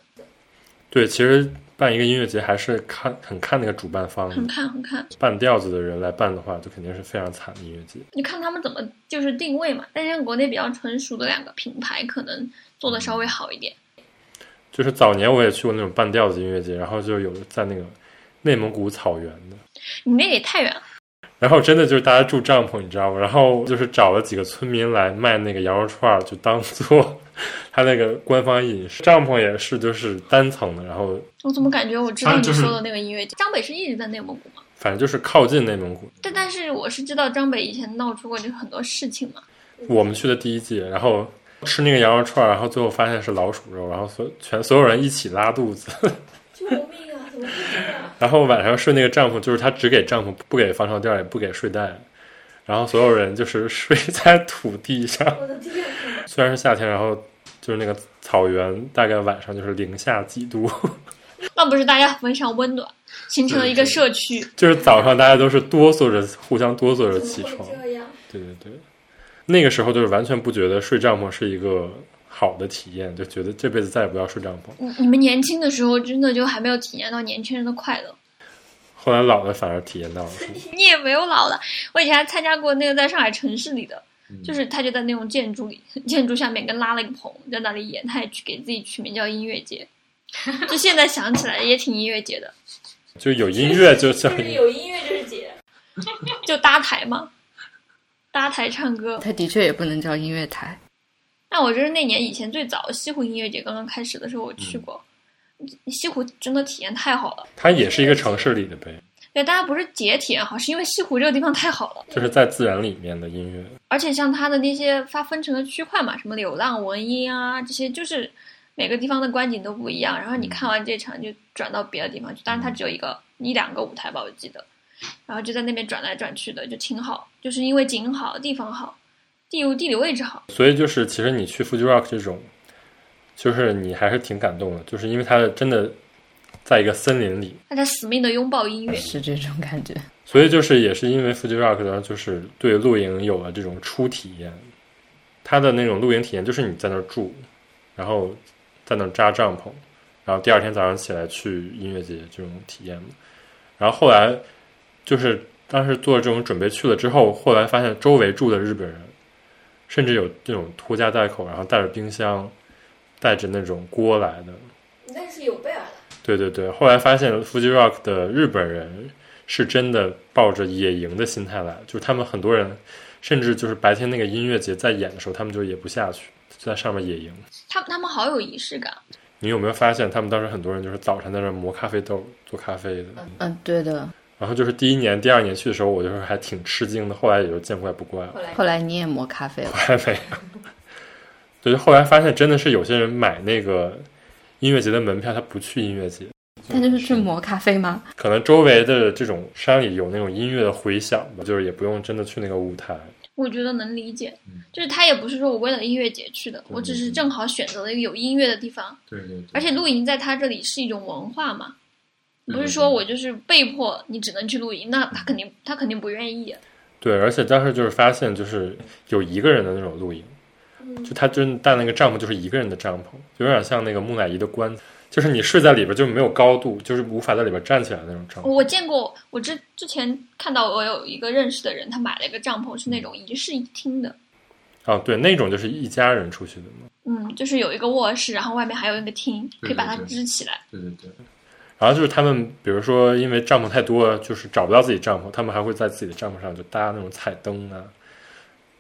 S2: 对，其实办一个音乐节还是看很看那个主办方的，
S3: 很看很看。
S2: 半吊子的人来办的话，就肯定是非常惨的音乐节。
S3: 你看他们怎么就是定位嘛。但是国内比较成熟的两个品牌，可能做的稍微好一点。
S2: 就是早年我也去过那种半吊子音乐节，然后就有在那个内蒙古草原的，
S3: 你那也太远了，
S2: 然后真的就是大家住帐篷，你知道吗？然后就是找了几个村民来卖那个羊肉串儿，就当做 他那个官方饮食。帐篷也是就是单层的，然后
S3: 我怎么感觉我知道你
S2: 他啊就是
S3: 说的那个音乐节？张北是一直在内蒙古嘛？
S2: 反正就是靠近内蒙古。
S3: 但但是我是知道张北以前闹出过就很多事情嘛。
S2: 我们去的第一届，然后吃那个羊肉串儿，然后最后发现是老鼠肉，然后所全所有人一起拉肚子，
S7: 救命啊！怎么会这样？
S2: 然后晚上睡那个帐篷，就是他只给帐篷，不给防潮垫儿，也不给睡袋，然后所有人就是睡在土地上。
S7: 我的 天啊！
S2: 虽然是夏天，然后就是那个草原，大概晚上就是零下几度，
S3: 那不是大家非常温暖，形成了一个社区。
S2: 就是早上大家都是哆嗦着，互相哆嗦着起
S7: 怎么
S2: 床
S7: 会。这样？
S2: 对对对，那个时候就是完全不觉得睡帐篷是一个好的体验，就觉得这辈子再也不要睡帐篷。
S3: 你你们年轻的时候真的就还没有体验到年轻人的快乐，
S2: 后来老了反而体验到了，
S3: 你也没有老了。我以前还参加过那个在上海城市里的，
S2: 嗯
S3: 就是他就在那种建筑里，建筑下面跟拉了一个棚，在那里演，他也去给自己取名叫音乐节。就现在想起来也挺音乐节的，
S2: 就有音乐就
S7: 就
S2: 像
S7: 是有音乐就是姐，
S3: 就搭台嘛，搭台唱歌。
S6: 它的确也不能叫音乐台。
S3: 那我就是那年以前最早西湖音乐节刚刚开始的时候我去过，西湖真的体验太好了。
S2: 它也是一个城市里的呗，
S3: 对，大家不是节体验好，是因为西湖这个地方太好了。
S2: 就是在自然里面的音乐。
S3: 而且像它的那些它分成的区块嘛，什么流浪文音啊，这些就是每个地方的观景都不一样。然后你看完这场就转到别的地方去，当然它只有一个一两个舞台吧，我记得。然后就在那边转来转去的，就挺好，就是因为景好、地方好、地物地理位置好。
S2: 所以就是，其实你去 Fuji Rock 这种，就是你还是挺感动的，就是因为它真的在一个森林里，
S3: 大家死命的拥抱音乐，
S6: 是这种感觉。
S2: 所以就是也是因为 Fuji Rock 呢，就是对露营有了这种初体验。它的那种露营体验就是你在那儿住，然后在那儿扎帐篷，然后第二天早上起来去音乐节这种体验嘛。然后后来就是当时做这种准备去了之后，后来发现周围住的日本人，甚至有这种拖家带口，然后带着冰箱，带着那种锅来的，
S7: 但是有啊贝尔了，
S2: 对对对，后来发现 Fuji Rock 的日本人是真的抱着野营的心态来，就是他们很多人，甚至就是白天那个音乐节在演的时候，他们就也不下去，就在上面野营。
S3: 他们他们好有仪式感。
S2: 你有没有发现，他们当时很多人就是早晨在那儿磨咖啡豆做咖啡的？
S6: 嗯，对的。
S2: 然后就是第一年、第二年去的时候，我就是还挺吃惊的，后来也就见怪不怪了
S7: 后，来
S6: 后来你也磨咖啡了，
S2: 还没有。 对，就后来发现真的是有些人买那个音乐节的门票，他不去音乐节，
S6: 那就是去磨咖啡吗？
S2: 可能周围的这种山里有那种音乐的回响吧，就是也不用真的去那个舞台。
S3: 我觉得能理解，
S2: 嗯
S3: 就是他也不是说我为了音乐节去的，我只是正好选择了一个有音乐的地方，
S2: 对对对
S3: 而且露营在他这里是一种文化嘛，不是说我就是被迫你只能去露营，那他肯
S2: 嗯
S3: 定他肯定不愿意。
S2: 对，而且当时就是发现，就是有一个人的那种露营，
S3: 嗯
S2: 就他真的带那个帐篷，就是一个人的帐篷，有点像那个木乃伊的棺材，就是你睡在里边就没有高度，就是无法在里边站起来的那种帐篷。
S3: 我见过，我之之前看到我有一个认识的人，他买了一个帐篷，
S2: 嗯
S3: 是那种一室一厅的，
S2: 啊，对，那种就是一家人出去的嘛。
S3: 嗯，就是有一个卧室，然后外面还有一个厅，可以把它
S2: 对对
S3: 支起来。
S2: 对对对。然后就是他们，比如说因为帐篷太多，就是找不到自己帐篷，他们还会在自己的帐篷上就搭那种彩灯啊。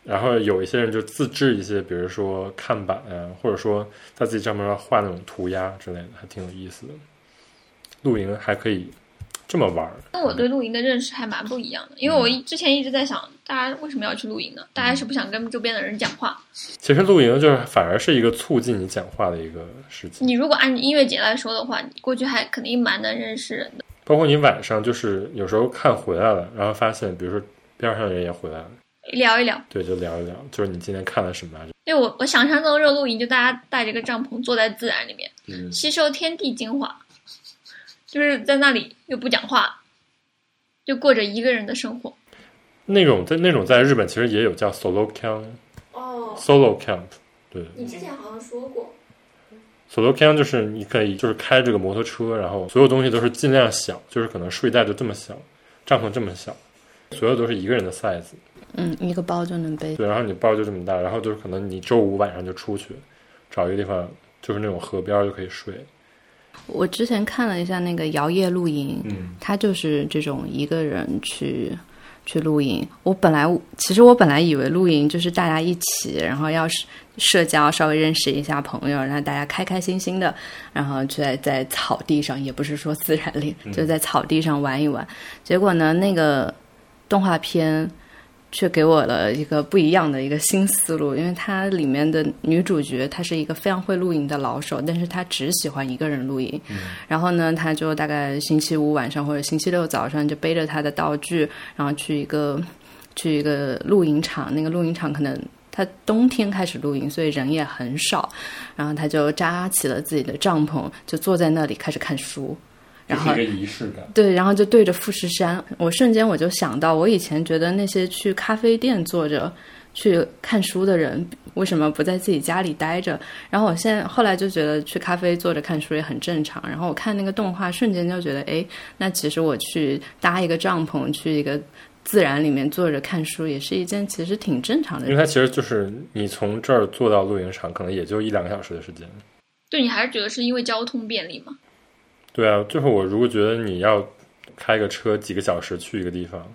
S2: 然后有一些人就自制一些，比如说看板啊，或者说在自己帐篷上画那种涂鸦之类的，还挺有意思的。露营还可以这么玩儿，
S3: 跟我对露营的认识还蛮不一样的，因为我
S2: 嗯
S3: 一之前一直在想，大家为什么要去露营呢？大家是不想跟周边的人讲话。
S2: 其实露营就是反而是一个促进你讲话的一个事情。
S3: 你如果按音乐节来说的话，你过去还肯定蛮能认识人的。
S2: 包括你晚上就是有时候看回来了，然后发现比如说边上的人也回来了，
S3: 聊一聊，
S2: 对，就聊一聊，就是你今天看了什么啊？
S3: 因为我我想象中的热露营就大家带着个帐篷坐在自然里面，
S2: 嗯，
S3: 吸收天地精华，就是在那里又不讲话，就过着一个人的生活。
S2: 那种在那种在日本其实也有叫 solo camp
S7: 哦，
S2: solo camp，对
S7: 你之前好像说过，
S2: ，solo camp 就是你可以就是开这个摩托车，然后所有东西都是尽量小，就是可能睡袋就这么小，帐篷这么小，所有都是一个人的 size，
S6: 嗯，一个包就能背。
S2: 对，然后你包就这么大，然后就是可能你周五晚上就出去，找一个地方，就是那种河边儿就可以睡。
S6: 我之前看了一下那个摇曳露营，
S2: 嗯，
S6: 他就是这种一个人去去露营。我本来其实我本来以为露营就是大家一起，然后要是社交，稍微认识一下朋友，然后大家开开心心的，然后就在在草地上，也不是说自然里，
S2: 嗯
S6: 就在草地上玩一玩。结果呢，那个动画片。却给我了一个不一样的一个新思路，因为它里面的女主角她是一个非常会露营的老手，但是她只喜欢一个人露营，然后呢，他就大概星期五晚上或者星期六早上就背着他的道具，然后去一个去一个露营场，那个露营场可能。他冬天开始露营，所以人也很少。然后他就扎起了自己的帐篷，就坐在那里开始看书。然后
S2: 这个仪式感。
S6: 对，然后就对着富士山，我瞬间我就想到，我以前觉得那些去咖啡店坐着去看书的人，为什么不在自己家里待着？然后我现在后来就觉得去咖啡坐着看书也很正常。然后我看那个动画，瞬间就觉得，哎，那其实我去搭一个帐篷，去一个自然里面坐着看书，也是一件其实挺正常的
S2: 因为它其实就是你从这儿坐到露营场，可能也就一两个小时的时间。
S3: 对你还是觉得是因为交通便利嘛？
S2: 对啊，就是我如果觉得你要开个车几个小时去一个地方，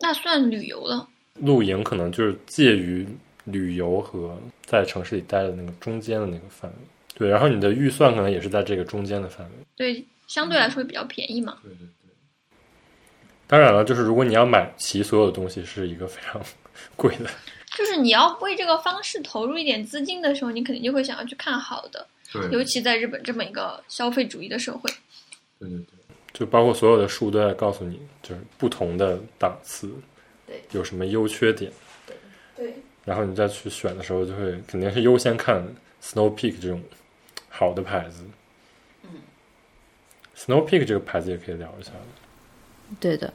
S3: 那算旅游了。
S2: 露营可能就是介于旅游和在城市里待的那个中间的那个范围。对，然后你的预算可能也是在这个中间的范围。
S3: 对，相对来说比较便宜嘛。
S2: 当然了，就是如果你要买齐所有的东西，是一个非常 贵的。
S3: 就是你要为这个方式投入一点资金的时候，你肯定就会想要去看好的，
S2: 对
S3: 尤其在日本这么一个消费主义的社会。
S2: 对对对，就包括所有的书都在告诉你，就是不同的档次，
S7: 对，
S2: 有什么优缺点，
S7: 对，
S2: 然后你再去选的时候，就会肯定是优先看 Snow Peak 这种好的牌子。嗯，Snow Peak 这个牌子也可以聊一下。
S6: 对的，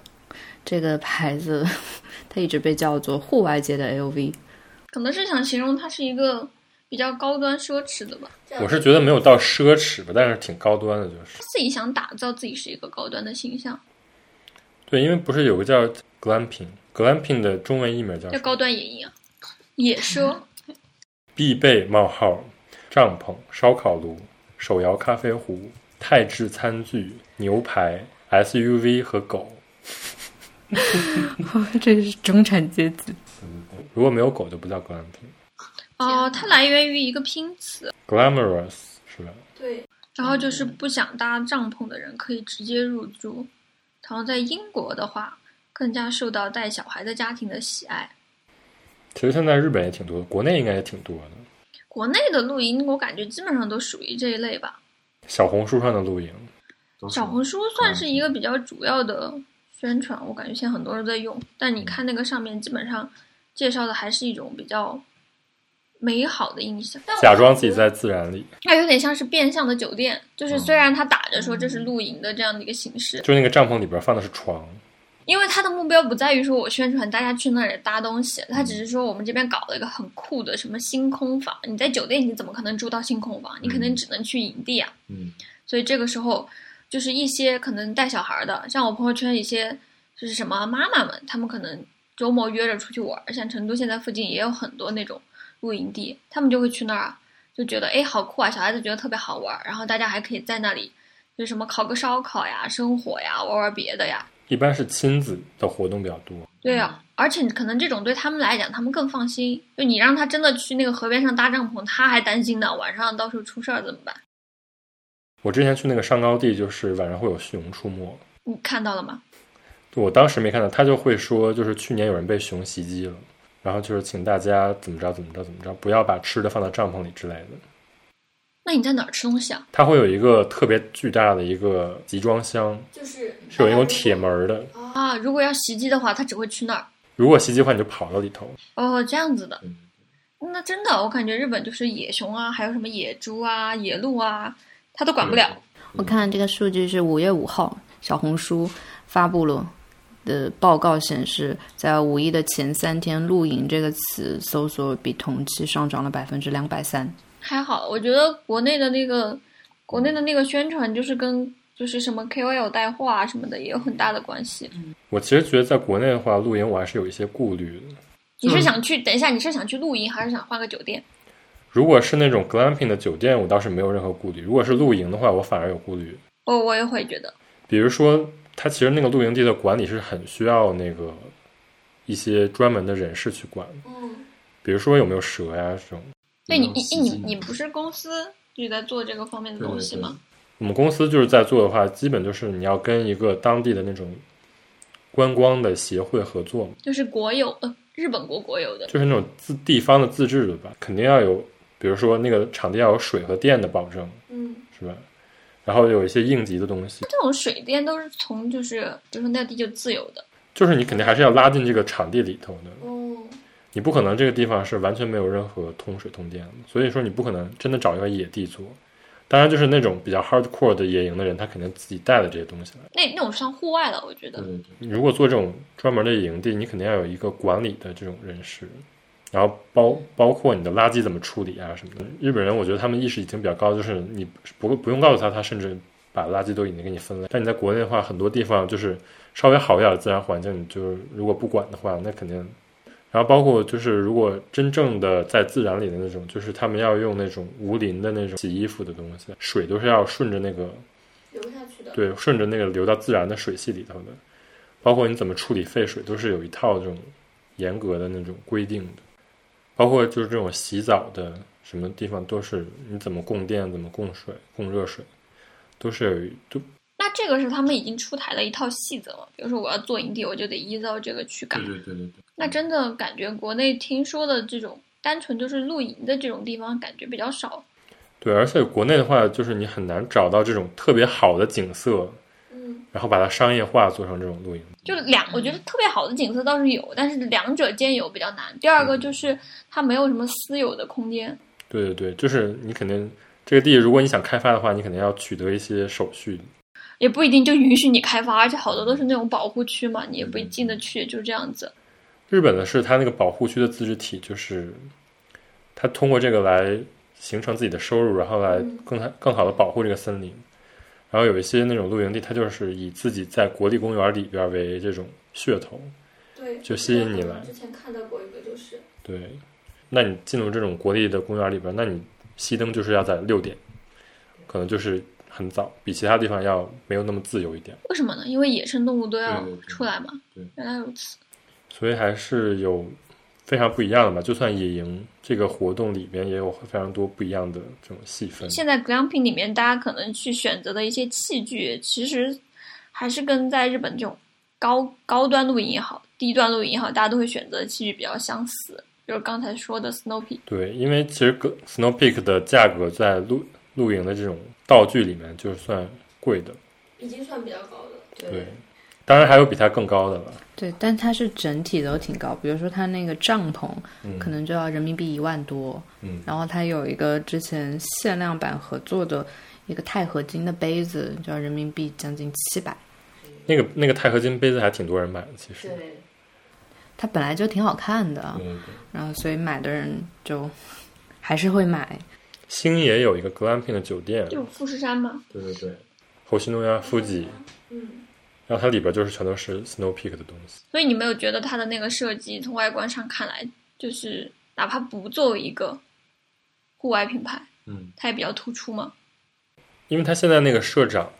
S6: 这个牌子它一直被叫做户外界的 LV。
S3: 可能是想形容它是一个比较高端奢侈的吧，
S7: 这样
S2: 我是觉得没有到奢侈吧，但是挺高端的，就是
S3: 自己想打造自己是一个高端的形象，
S2: 对，因为不是有个叫 glamping，glamping 的中文译名叫什么
S3: 要高端野营啊，野奢。
S2: 必备冒号帐篷、烧烤炉、手摇咖啡壶、泰制餐具、牛排、SUV 和狗。
S6: 这是中产阶级。
S2: 如果没有狗，就不叫 glamping。
S3: 哦，它来源于一个拼词，
S2: glamorous 是吧？
S7: 对，
S3: 然后就是不想搭帐篷的人可以直接入住。然后在英国的话，更加受到带小孩的家庭的喜爱。
S2: 其实现在日本也挺多的，国内应该也挺多的。
S3: 国内的露营，我感觉基本上都属于这一类吧。
S2: 小红书上的露营，
S3: 小红书算是一个比较主要的宣传，我感觉现在很多人在用。但你看那个上面，基本上介绍的还是一种比较美好的印象，
S7: 但我
S2: 假装自己在自然里，
S3: 那有点像是变相的酒店。就是虽然他打着说这是露营的这样的一个形式，
S2: 就是那个帐篷里边放的是床，
S3: 因为他的目标不在于说我宣传大家去那里搭东西，他只是说我们这边搞了一个很酷的什么星空房。你在酒店你怎么可能住到星空房？你可能只能去营地啊。
S2: 嗯，
S3: 所以这个时候就是一些可能带小孩的，像我朋友圈一些就是什么妈妈们，他们可能周末约着出去玩儿，像成都现在附近也有很多那种露营地，他们就会去那儿啊，就觉得哎好酷啊，小孩子觉得特别好玩儿，然后大家还可以在那里。就什么烤个烧烤呀、生火呀、玩玩别的呀，
S2: 一般是亲子的活动比较多。
S3: 对呀、而且可能这种对他们来讲，他们更放心。就你让他真的去那个河边上搭帐篷，他还担心呢，晚上到时候出事儿怎么办？
S2: 我之前去那个上高地，就是晚上会有熊出没，
S3: 你看到了吗？
S2: 我当时没看到，他就会说，就是去年有人被熊袭击了，然后就是请大家怎么着怎么着怎么着，不要把吃的放到帐篷里之类的。
S3: 那你在哪儿吃东西啊？
S2: 它会有一个特别巨大的一个集装箱，
S7: 就是
S2: 是有那种铁门儿的。
S3: 啊，如果要袭击的话，他只会去那儿。
S2: 如果袭击的话，你就跑到里头。
S3: 哦，这样子的。那真的，我感觉日本就是野熊啊，还有什么野猪啊、野鹿啊，他都管不了。
S6: 我看这个数据是五月五号，小红书发布了的报告显示，在五一的前三天，露营这个词搜索比同期上涨了百分之两百三。
S3: 还好，我觉得国内的那个国内的那个宣传就是跟就是什么 KOL 带货啊什么的也有很大的关系。
S2: 我其实觉得在国内的话，露营我还是有一些顾虑的。
S3: 你是想去？等一下，你是想去露营，还是想换个酒店？
S2: 如果是那种 glamping 的酒店，我倒是没有任何顾虑；如果是露营的话，我反而有顾虑。
S3: 我哦我也会觉得，
S2: 比如说，它其实那个露营地的管理是很需要那个一些专门的人士去管的，
S7: 嗯，
S2: 比如说有没有蛇呀这种。
S3: 对你，
S2: 有
S3: 你
S2: 没
S3: 你
S2: 有
S3: 你不是公司就在做这个方面的
S2: 对
S3: 东
S2: 对
S3: 西
S2: 对
S3: 吗？
S2: 我们公司就是在做的话，基本就是你要跟一个当地的那种观光的协会合作嘛，
S3: 就是国有呃，日本国国有的，
S2: 就是那种自地方的自治的吧，肯定要有，比如说那个场地要有水和电的保证，
S7: 嗯，
S2: 是吧？然后有一些应急的东西，
S3: 这种水电都是从就是比如说那地就自由的，
S2: 就是你肯定还是要拉进这个场地里头的，
S7: 哦，
S2: 你不可能这个地方是完全没有任何通水通电的，所以说你不可能真的找一个野地做。当然，就是那种比较 hardcore 的野营的人，他肯定自己带了这些东西来。
S3: 那那种算户外了，我觉得。
S2: 你如果做这种专门的营地，你肯定要有一个管理的这种人士，然后包包括你的垃圾怎么处理啊什么的。日本人我觉得他们意识已经比较高，就是你不不用告诉他，他甚至把垃圾都已经给你分类。但你在国内的话，很多地方就是稍微好一点的自然环境，你就是如果不管的话，那肯定。然后包括就是如果真正的在自然里的那种，就是他们要用那种无磷的那种洗衣服的东西，水都是要顺着那个
S7: 流下去的，
S2: 对，顺着那个流到自然的水系里头的，包括你怎么处理废水，都是有一套这种严格的那种规定的。包括就是这种洗澡的什么地方，都是你怎么供电、怎么供水、供热水，都是有一都
S3: 那这个是他们已经出台了一套细则了，比如说我要做营地，我就得依照这个去干。
S2: 对对对对。
S3: 那真的感觉国内听说的这种单纯就是露营的这种地方，感觉比较少。
S2: 对，而且国内的话，就是你很难找到这种特别好的景色，
S7: 嗯，
S2: 然后把它商业化做成这种露营。
S3: 就两，我觉得特别好的景色倒是有，但是两者兼有比较难。第二个就是它没有什么私有的空间，
S2: 对对对，就是你肯定这个地，如果你想开发的话，你肯定要取得一些手续。
S3: 也不一定就允许你开发，而且好多都是那种保护区嘛，你也
S2: 嗯
S3: 不一定进得去，就是这样子。
S2: 日本的是它那个保护区的自治体，就是它通过这个来形成自己的收入，然后来
S7: 嗯
S2: 更更好的保护这个森林。然后有一些那种露营地，它就是以自己在国立公园里边为这种噱头。
S7: 对，
S2: 就吸引你来
S7: 之前看到过一个，就是
S2: 对，那你进入这种国立的公园里边，那你熄灯就是要在六点，可能就是很早，比其他地方要没有那么自由一点。
S3: 为什么呢？因为野生动物都要
S2: 对对对
S3: 出来嘛。
S2: 对
S3: 原来如此。
S2: 所以还是有非常不一样的吧。就算野营这个活动里边，也有非常多不一样的这种细分。
S3: 现在 glamping 里面，大家可能去选择的一些器具，其实还是跟在日本这种高高端露营也好，低端露营也好，大家都会选择的器具比较相似。就是刚才说的 snow peak，
S2: 对，因为其实个 Snow Peak 的价格在露露营的这种道具里面就是算贵的，
S7: 已经算比较高的，
S2: 对。当然还有比它更高的了，
S6: 对，但它是整体都挺高，比如说它那个帐篷，
S2: 嗯
S6: 可能就要人民币一万多，
S2: 嗯
S6: 然后它有一个之前限量版合作的一个钛合金的杯子，就要人民币将近七百，
S2: 那个那个钛合金杯子还挺多人买的，其实。
S4: 对，
S6: 它本来就挺好看的，
S2: 嗯，
S6: 然后所以买的人就还是会买，
S2: 星野有一个 glamping 的酒店，
S3: 就是富士山嘛，
S2: 对对对，侯西诺亚夫吉，
S7: 嗯，
S2: 然后它里边就是全都是 Snow Peak 的东西。
S3: 所以你没有觉得它的那个设计，从外观上看来，就是哪怕不作为一个户外品牌，
S2: 嗯，
S3: 它也比较突出嘛。
S2: 因为他现在那个社长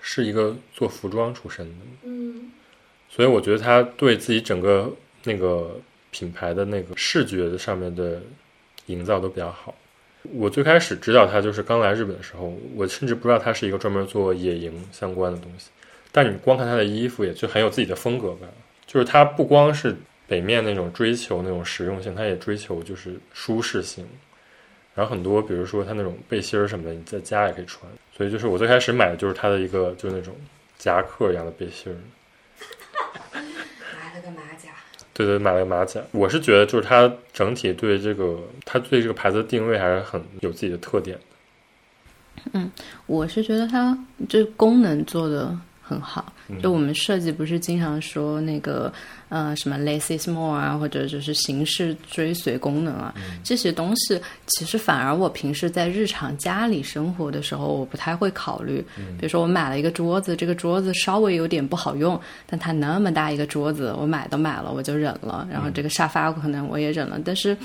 S2: 是一个做服装出身的，
S7: 嗯，
S2: 所以我觉得他对自己整个那个品牌的那个视觉的上面的营造都比较好。我最开始知道他就是刚来日本的时候，我甚至不知道他是一个专门做野营相关的东西。但你光看他的衣服，也就很有自己的风格吧。就是他不光是北面那种追求那种实用性，他也追求就是舒适性。然后很多，比如说他那种背心儿什么的，你在家也可以穿。所以就是我最开始买的就是他的一个就是那种夹克一样的背心儿，
S4: 拿了个马甲，
S2: 对对，买了个马甲。我是觉得，就是它整体对这个，它对这个牌子的定位还是很有自己的特点。
S6: 我是觉得它这功能做的很好。
S2: 嗯
S6: 就我们设计不是经常说那个呃什么 less is more 啊，或者就是形式追随功能啊，这些东西其实反而我平时在日常家里生活的时候，我不太会考虑。比如说我买了一个桌子，这个桌子稍微有点不好用，但它那么大一个桌子，我买都买了，我就忍了。然后这个沙发可能我也忍了，但是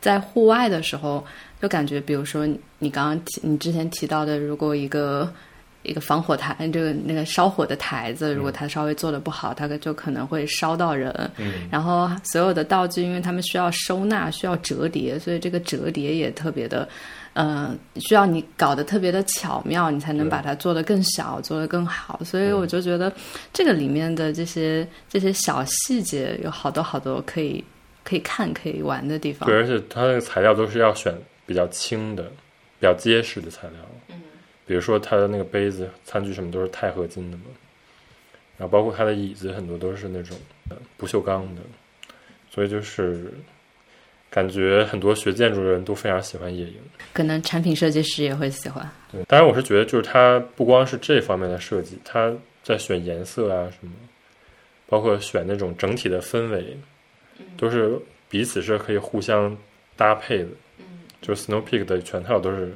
S6: 在户外的时候，就感觉比如说你你刚刚提你之前提到的，如果一个一个防火台，这个那个烧火的台子，如果它稍微做的不好，它就可能会烧到人。
S2: 嗯，
S6: 然后所有的道具，因为他们需要收纳，需要折叠，所以这个折叠也特别的，呃，需要你搞得特别的巧妙，你才能
S2: 对嗯
S6: 把它做得更小，做得更好。所以我就觉得这个里面的这些这些小细节，有好多好多可以可以看、可以玩的地方
S2: 对，。而且它那个材料都是要选比较轻的、比较结实的材料。
S1: 嗯，
S2: 比如说它的那个杯子、餐具什么都是钛合金的嘛，然后包括它的椅子很多都是那种呃不锈钢的，所以就是感觉很多学建筑的人都非常喜欢野营。
S6: 可能产品设计师也会喜欢。
S2: 对，当然我是觉得，就是它不光是这方面的设计，它在选颜色啊什么，包括选那种整体的氛围，都是彼此是可以互相搭配的。
S1: 嗯，
S2: 就 Snow Peak 的全套都是，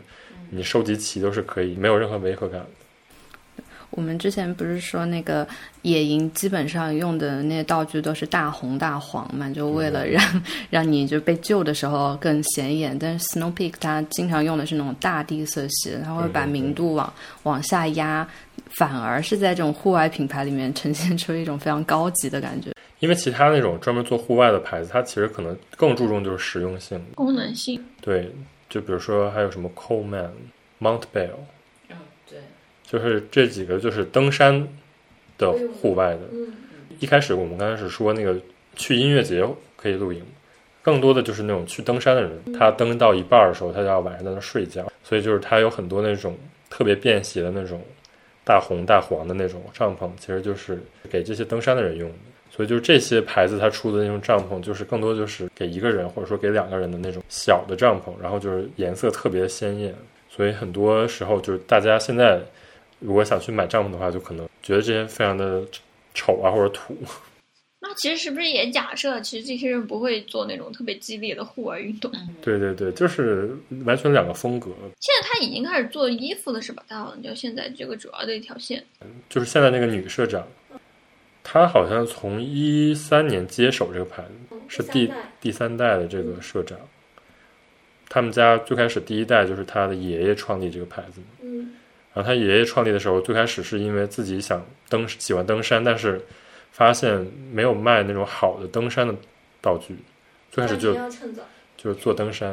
S2: 你收集齐都是可以，没有任何违和感的。
S6: 我们之前不是说那个野营基本上用的那些道具都是大红大黄嘛，就为
S1: 嗯
S6: 了让、 让你就被救的时候更显眼。但是 Snow Peak 它经常用的是那种大地色系，它会
S2: 对对
S6: 把
S2: 对
S6: 明度往往下压，反而是在这种户外品牌里面呈现出一种非常高级的感觉。
S2: 因为其他那种专门做户外的牌子，它其实可能更注重就是实用性。
S3: 功能性，
S2: 对，就比如说还有什么 Coleman、Mount Bell，
S1: 嗯，对，
S2: 就是这几个就是登山的户外的。
S7: 嗯，
S2: 一开始我们刚开始说那个去音乐节可以露营，更多的就是那种去登山的人，他登到一半儿的时候，他就要晚上在那儿睡觉，所以就是他有很多那种特别便携的那种大红大黄的那种帐篷，其实就是给这些登山的人用的。所以就是这些牌子它出的那种帐篷，就是更多就是给一个人或者说给两个人的那种小的帐篷，然后就是颜色特别鲜艳。所以很多时候就是大家现在如果想去买帐篷的话，就可能觉得这些非常的 丑啊或者土，
S3: 那其实是不是也假设，其实这些人不会做那种特别激烈的户外运动？
S2: 对对对，就是完全两个风格。
S3: 现在他已经开始做衣服了，是吧？他好像就现在这个主要的一条线。
S2: 就是现在那个女社长，她好像从一三年接手这个牌子，是第
S7: 哦三代
S2: 第三代的这个社长。他们家最开始第一代就是他的爷爷创立这个牌子嘛，
S7: 嗯
S2: 然后他爷爷创立的时候，最开始是因为自己想登喜欢登山，但是发现没有卖那种好的登山的道具，最开始就
S7: 那你要趁早，
S2: 就是做登山，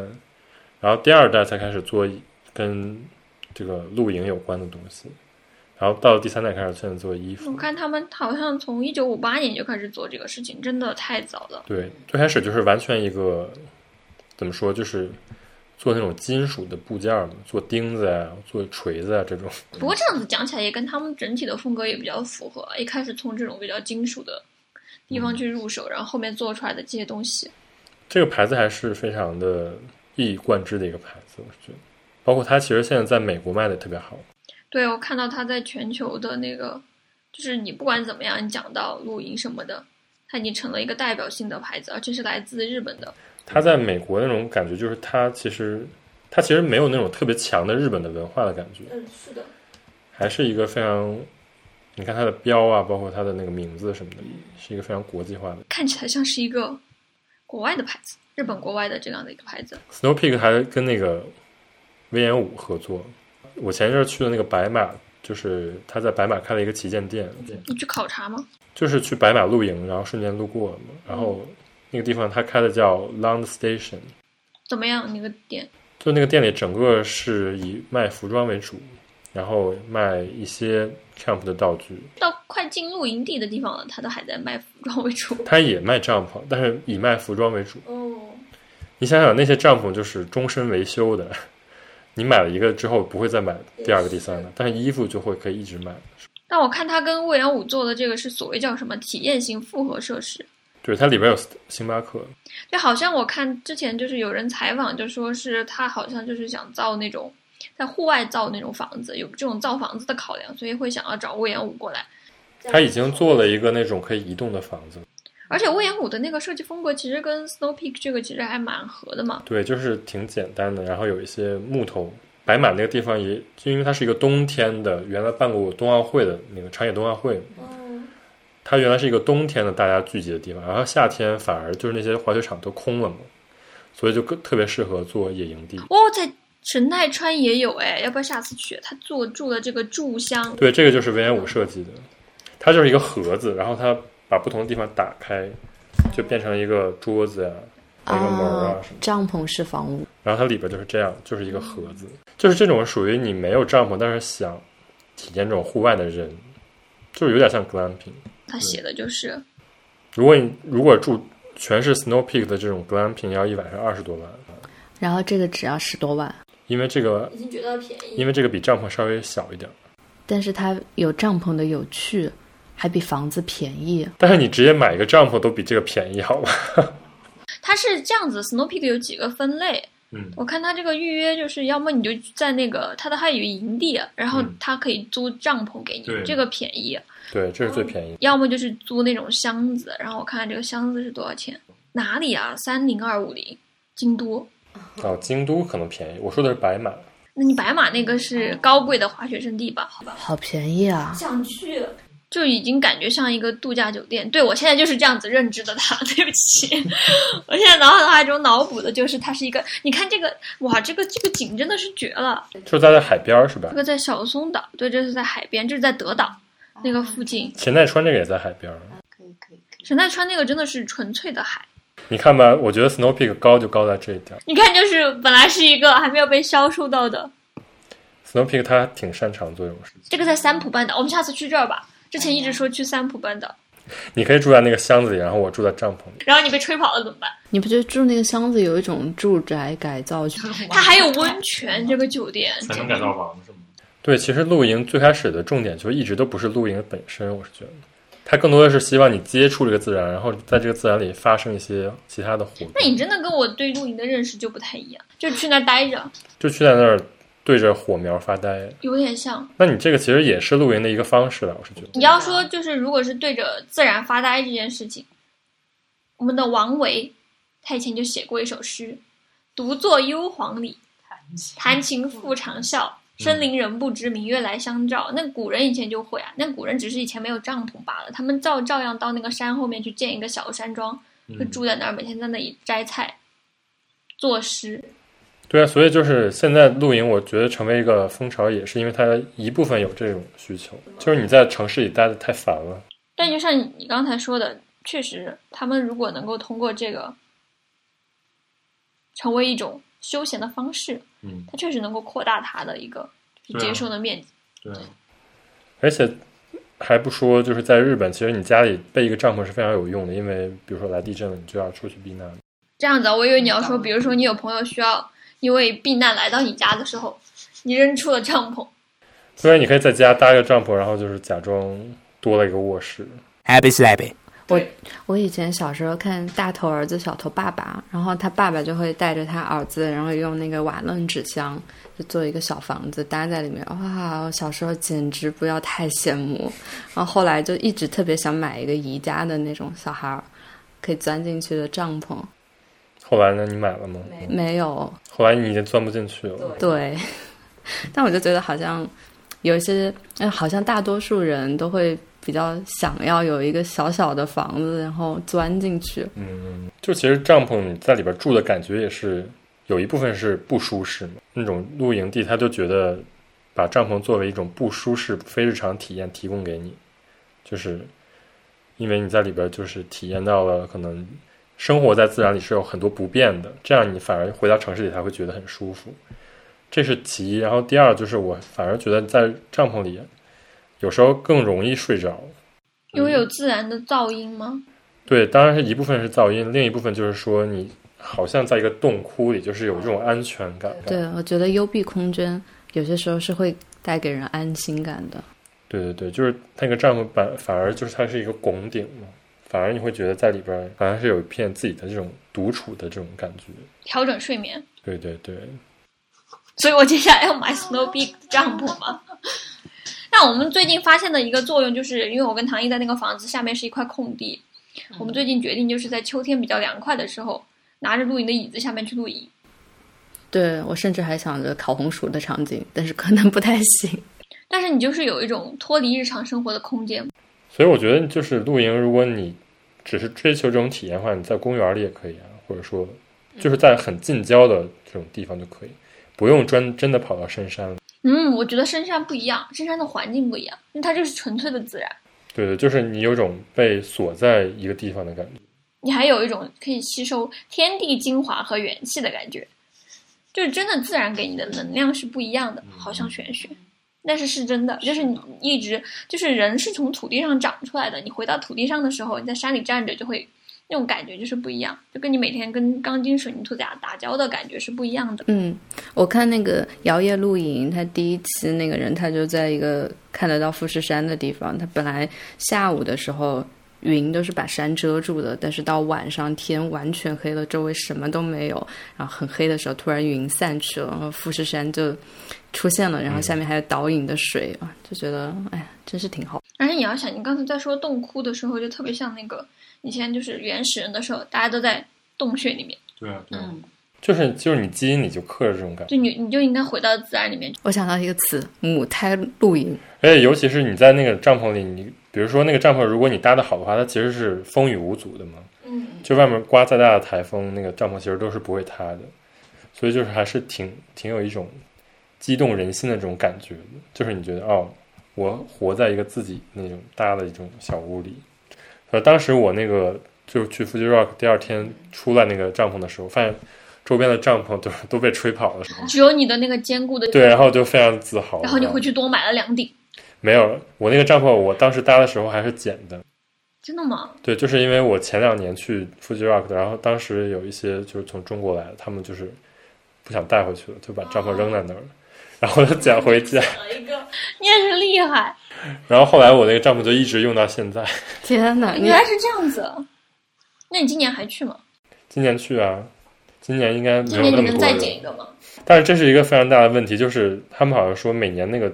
S2: 然后第二代才开始做跟这个露营有关的东西，然后到了第三代开始现在做衣
S3: 我
S2: 服。
S3: 看他们好像从一九五八年就开始做这个事情，真的太早了。
S2: 对，最开始就是完全一个怎么说，就是做那种金属的部件儿嘛，做钉子啊，做锤子啊这种。
S3: 不过这样子讲起来，也跟他们整体的风格也比较符合。一开始从这种比较金属的地方去入手，然后后面做出来的这些东西，
S2: 这个牌子还是非常的一以贯之的一个牌子，我是觉得。包括它其实现在在美国卖的特别好，
S3: 对我看到他在全球的那个，就是你不管怎么样，你讲到露营什么的，它已经成了一个代表性的牌子，而且是来自日本的。
S2: 它在美国那种感觉就是它其实它其实没有那种特别强的日本的文化的感觉，
S7: 嗯，是的，
S2: 还是一个非常，你看它的标啊，包括它的那个名字什么的，是一个非常国际化的。
S3: 看起来像是一个国外的牌子，日本国外的这样的一个牌子。
S2: Snow Peak 还跟那个威严五合作。我前一阵儿去的那个白马，就是他在白马开了一个旗舰店，
S3: 你去考察吗？
S2: 就是去白马露营，然后瞬间路过嘛。然后那个地方他开的叫 Land Station，
S3: 怎么样？那个店
S2: 就那个店里整个是以卖服装为主，然后卖一些 camp 的道具，
S3: 到快进露营地的地方了，他都还在卖服装为主。
S2: 他也卖帐篷，但是以卖服装为主。
S7: 哦，
S2: 你想想，那些帐篷就是终身维修的，你买了一个之后不会再买第二个、第三个，但是衣服就会可以一直买。
S3: 但我看他跟魏阳武做的这个是所谓叫什么体验型复合设施，
S2: 对，它里边有星巴克，
S3: 就好像我看之前就是有人采访，就说是他好像就是想造那种在户外造那种房子，有这种造房子的考量，所以会想要找魏延武过来。
S2: 它已经做了一个那种可以移动的房子。
S3: 而且魏延武的那个设计风格其实跟 Snow Peak 这个其实还蛮合的嘛。
S2: 对，就是挺简单的，然后有一些木头。白马那个地方也，就因为它是一个冬天的，原来办过冬奥会的那个长野冬奥会，
S7: 哦，
S2: 它原来是一个冬天的大家聚集的地方，然后夏天反而就是那些滑雪场都空了嘛，所以就更特别适合做野营地。
S3: 哦，在神奈川也有哎，要不要下次去？他做住了这个住乡，
S2: 对，这个就是 V N 五设计的，它就是一个盒子，然后它把不同的地方打开，就变成一个桌子呀、一个门儿啊
S6: 哦
S2: 什么的。
S1: 帐篷式房屋，
S2: 然后它里边就是这样，就是一个盒子，就是这种属于你没有帐篷，但是想体验这种户外的人，就是有点像 glamping。
S3: 他写的就是
S2: 如果你如果住全是 snow peak 的这种 glamping，要一晚上二十多万，
S1: 然后这个只要十多万，
S2: 因为这个
S7: 已经觉得便宜
S2: 因。为这个比帐篷稍微小一点，
S1: 但是它有帐篷的有趣，还比房子便宜。
S2: 但是你直接买一个帐篷都比这个便宜，好吧？
S3: 它是这样子，Snow Peak 有几个分类。
S2: 嗯
S3: 我看它这个预约就是，要么你就在那个它的它有营地，然后
S2: 嗯
S3: 它可以租帐篷给你，
S2: 对
S3: 这个便宜；
S2: 对，这是最便宜。
S3: 要么就是租那种箱子，然后我看看这个箱子是多少钱，哪里啊？三零二五零，京都。
S2: 哦，京都可能便宜，我说的是白马。
S3: 那你白马那个是高贵的滑雪胜地吧？
S1: 好便宜啊！
S7: 想去，
S3: 就已经感觉像一个度假酒店。对我现在就是这样子认知的它。 对不起，我现在脑海中脑补的就是它是一个，你看这个，哇，这个这个景真的是绝了。
S2: 就是在海边儿是吧
S3: 这？个在小松岛，对，这是在海边，这是在德岛那个附近。
S2: 钱奈川这个也在海边儿。
S4: 可以可以可以。
S3: 神奈川那个真的是纯粹的海，
S2: 你看吧，我觉得 Snow Peak 高就高在这一点儿
S3: 你看就是本来是一个还没有被销售到的，
S2: ，Snow Peak 它挺擅长做这种事情。
S3: 这个在三浦半岛，我们下次去这儿吧。之前一直说去三浦半岛，
S2: 你可以住在那个箱子里，然后我住在帐篷里。
S3: 然后你被吹跑了怎么办？
S1: 你不觉得住那个箱子有一种住宅改造区？
S3: 它还有温泉，这个酒店
S5: 才能改造房是吗？
S2: 对，其实露营最开始的重点就一直都不是露营本身，我是觉得，它更多的是希望你接触这个自然，然后在这个自然里发生一些其他的活动。
S3: 那你真的跟我对露营的认识就不太一样，就去那儿待着，
S2: 就去在那儿对着火苗发呆，
S3: 有点像。
S2: 那你这个其实也是露营的一个方式了，我是觉得。
S3: 你要说就是，如果是对着自然发呆这件事情，我们的王维，他以前就写过一首诗：“独坐幽篁里，弹琴复长啸。深林人不知，明月来相照。”那古人以前就会啊，那古人只是以前没有帐篷罢了，他们照照样到那个山后面去建一个小山庄，就住在那儿，每天在那里摘菜、作诗。
S2: 对啊，所以就是现在露营，我觉得成为一个风潮，也是因为它一部分有这种需求，就是你在城市里待的太烦了。
S3: 但就像你刚才说的，确实，他们如果能够通过这个成为一种休闲的方式，
S5: 嗯，
S3: 它确实能够扩大它的一个就是
S5: 对啊
S3: 接受的面积。
S5: 对啊，
S2: 而且还不说，就是在日本，其实你家里备一个帐篷是非常有用的，因为比如说来地震了，你就要出去避难。
S3: 这样子啊，我以为你要说，比如说你有朋友需要因为避难来到你家的时候，你扔出了帐篷，
S2: 虽然你可以在家搭个帐篷，然后就是假装多了一个卧室，
S8: Happy slappy.
S1: 我以前小时候看《大头儿子小头爸爸》，然后他爸爸就会带着他儿子，然后用那个瓦楞纸箱就做一个小房子搭在里面。哇，我小时候简直不要太羡慕。然后后来就一直特别想买一个宜家的那种小孩儿可以钻进去的帐篷，
S2: 后来呢，你买了吗？
S1: 没有。
S2: 后来你已经钻不进去了。
S1: 对，但我就觉得好像有一些，哎，好像大多数人都会比较想要有一个小小的房子，然后钻进去。
S2: 嗯，就其实帐篷你在里边住的感觉也是有一部分是不舒适嘛。那种露营地，他就觉得把帐篷作为一种不舒适、非日常体验提供给你，就是因为你在里边就是体验到了可能生活在自然里是有很多不便的，这样你反而回到城市里才会觉得很舒服。这是其一，然后第二就是我反而觉得在帐篷里有时候更容易睡着，
S3: 因
S5: 嗯
S3: 为有自然的噪音吗？
S2: 对，当然是一部分是噪音，另一部分就是说你好像在一个洞窟里，就是有这种安全感。
S1: 对，我觉得幽闭空间有些时候是会带给人安心感的。
S2: 对对对，就是那个帐篷板反而就是它是一个拱顶嘛，反而你会觉得在里边儿好像是有一片自己的这种独处的这种感觉。
S3: 调整睡眠。
S2: 对对对，
S3: 所以我接下来 要买 Snow Peak 的帐篷 嘛。但我们最近发现的一个作用，就是因为我跟唐毅在那个房子下面是一块空地，我们最近决定就是在秋天比较凉快的时候，拿着露营的椅子下面去露营。
S6: 对我甚至还想着烤红薯的场景，但是可能不太行。
S3: 但是你就是有一种脱离日常生活的空间，
S2: 所以我觉得就是露营，如果你只是追求这种体验的话，你在公园里也可以啊，或者说就是在很近郊的这种地方就可以，不用专真的跑到深山了。
S3: 嗯，我觉得深山不一样，深山的环境不一样，因为它这是纯粹的自然，
S2: 对对，就是你有种被锁在一个地方的感觉。
S3: 你还有一种可以吸收天地精华和元气的感觉，就是真的自然给你的能量是不一样的，好像玄学，但是是真的，就是你一直就是人是从土地上长出来的，你回到土地上的时候，你在山里站着就会那种感觉就是不一样，就跟你每天跟钢筋水泥土打打交道的感觉是不一样的。
S6: 嗯，我看那个《摇曳露营》，他第一期那个人他就在一个看得到富士山的地方，他本来下午的时候云都是把山遮住的，但是到晚上天完全黑了，周围什么都没有，然后很黑的时候突然云散去了，然后富士山就出现了，然后下面还有倒影的水啊，就觉得哎呀，真是挺好。
S3: 而且你要想，你刚才在说洞窟的时候，就特别像那个以前就是原始人的时候，大家都在洞穴里面，
S2: 对啊，对
S5: 嗯
S2: 就是就是你基因里就刻着这种感觉，
S3: 就你你就应该回到自然里面。
S6: 我想到一个词，母胎露营。
S2: 而且尤其是你在那个帐篷里，你比如说那个帐篷，如果你搭的好的话，它其实是风雨无阻的嘛。
S7: 嗯，
S2: 就外面刮再大的台风，那个帐篷其实都是不会塌的，所以就是还是挺挺有一种激动人心的这种感觉的，就是你觉得哦，我活在一个自己那种搭的一种小屋里。呃，当时我那个就是去 Fuji Rock 第二天出来那个帐篷的时候，发现周边的帐篷都都被吹跑了，
S3: 只有你的那个坚固的，
S2: 对，然后就非常自豪。
S3: 然后你
S2: 知道
S3: 回
S2: 吗
S3: 去多买了两顶，
S2: 没有？我那个帐篷我当时搭的时候还是剪的，
S3: 真的吗？
S2: 对，就是因为我前两年去 Fuji Rock 的，然后当时有一些就是从中国来的，他们就是不想带回去了，就把帐篷扔在那儿了，然后就捡回家，
S3: 你也是厉害，
S2: 然后后来我那个帐篷就一直用到现在。
S6: 天哪，
S3: 原
S6: 你
S3: 来是这样子。那你今年还去吗？
S2: 今年去啊，今年应该没
S3: 今
S2: 有
S3: 年
S2: 那
S3: 你
S2: 么
S3: 能
S2: 多
S3: 再捡一
S2: 人，
S3: 个吗？
S2: 但是这是一个非常大的问题，就是他们好像说每年那个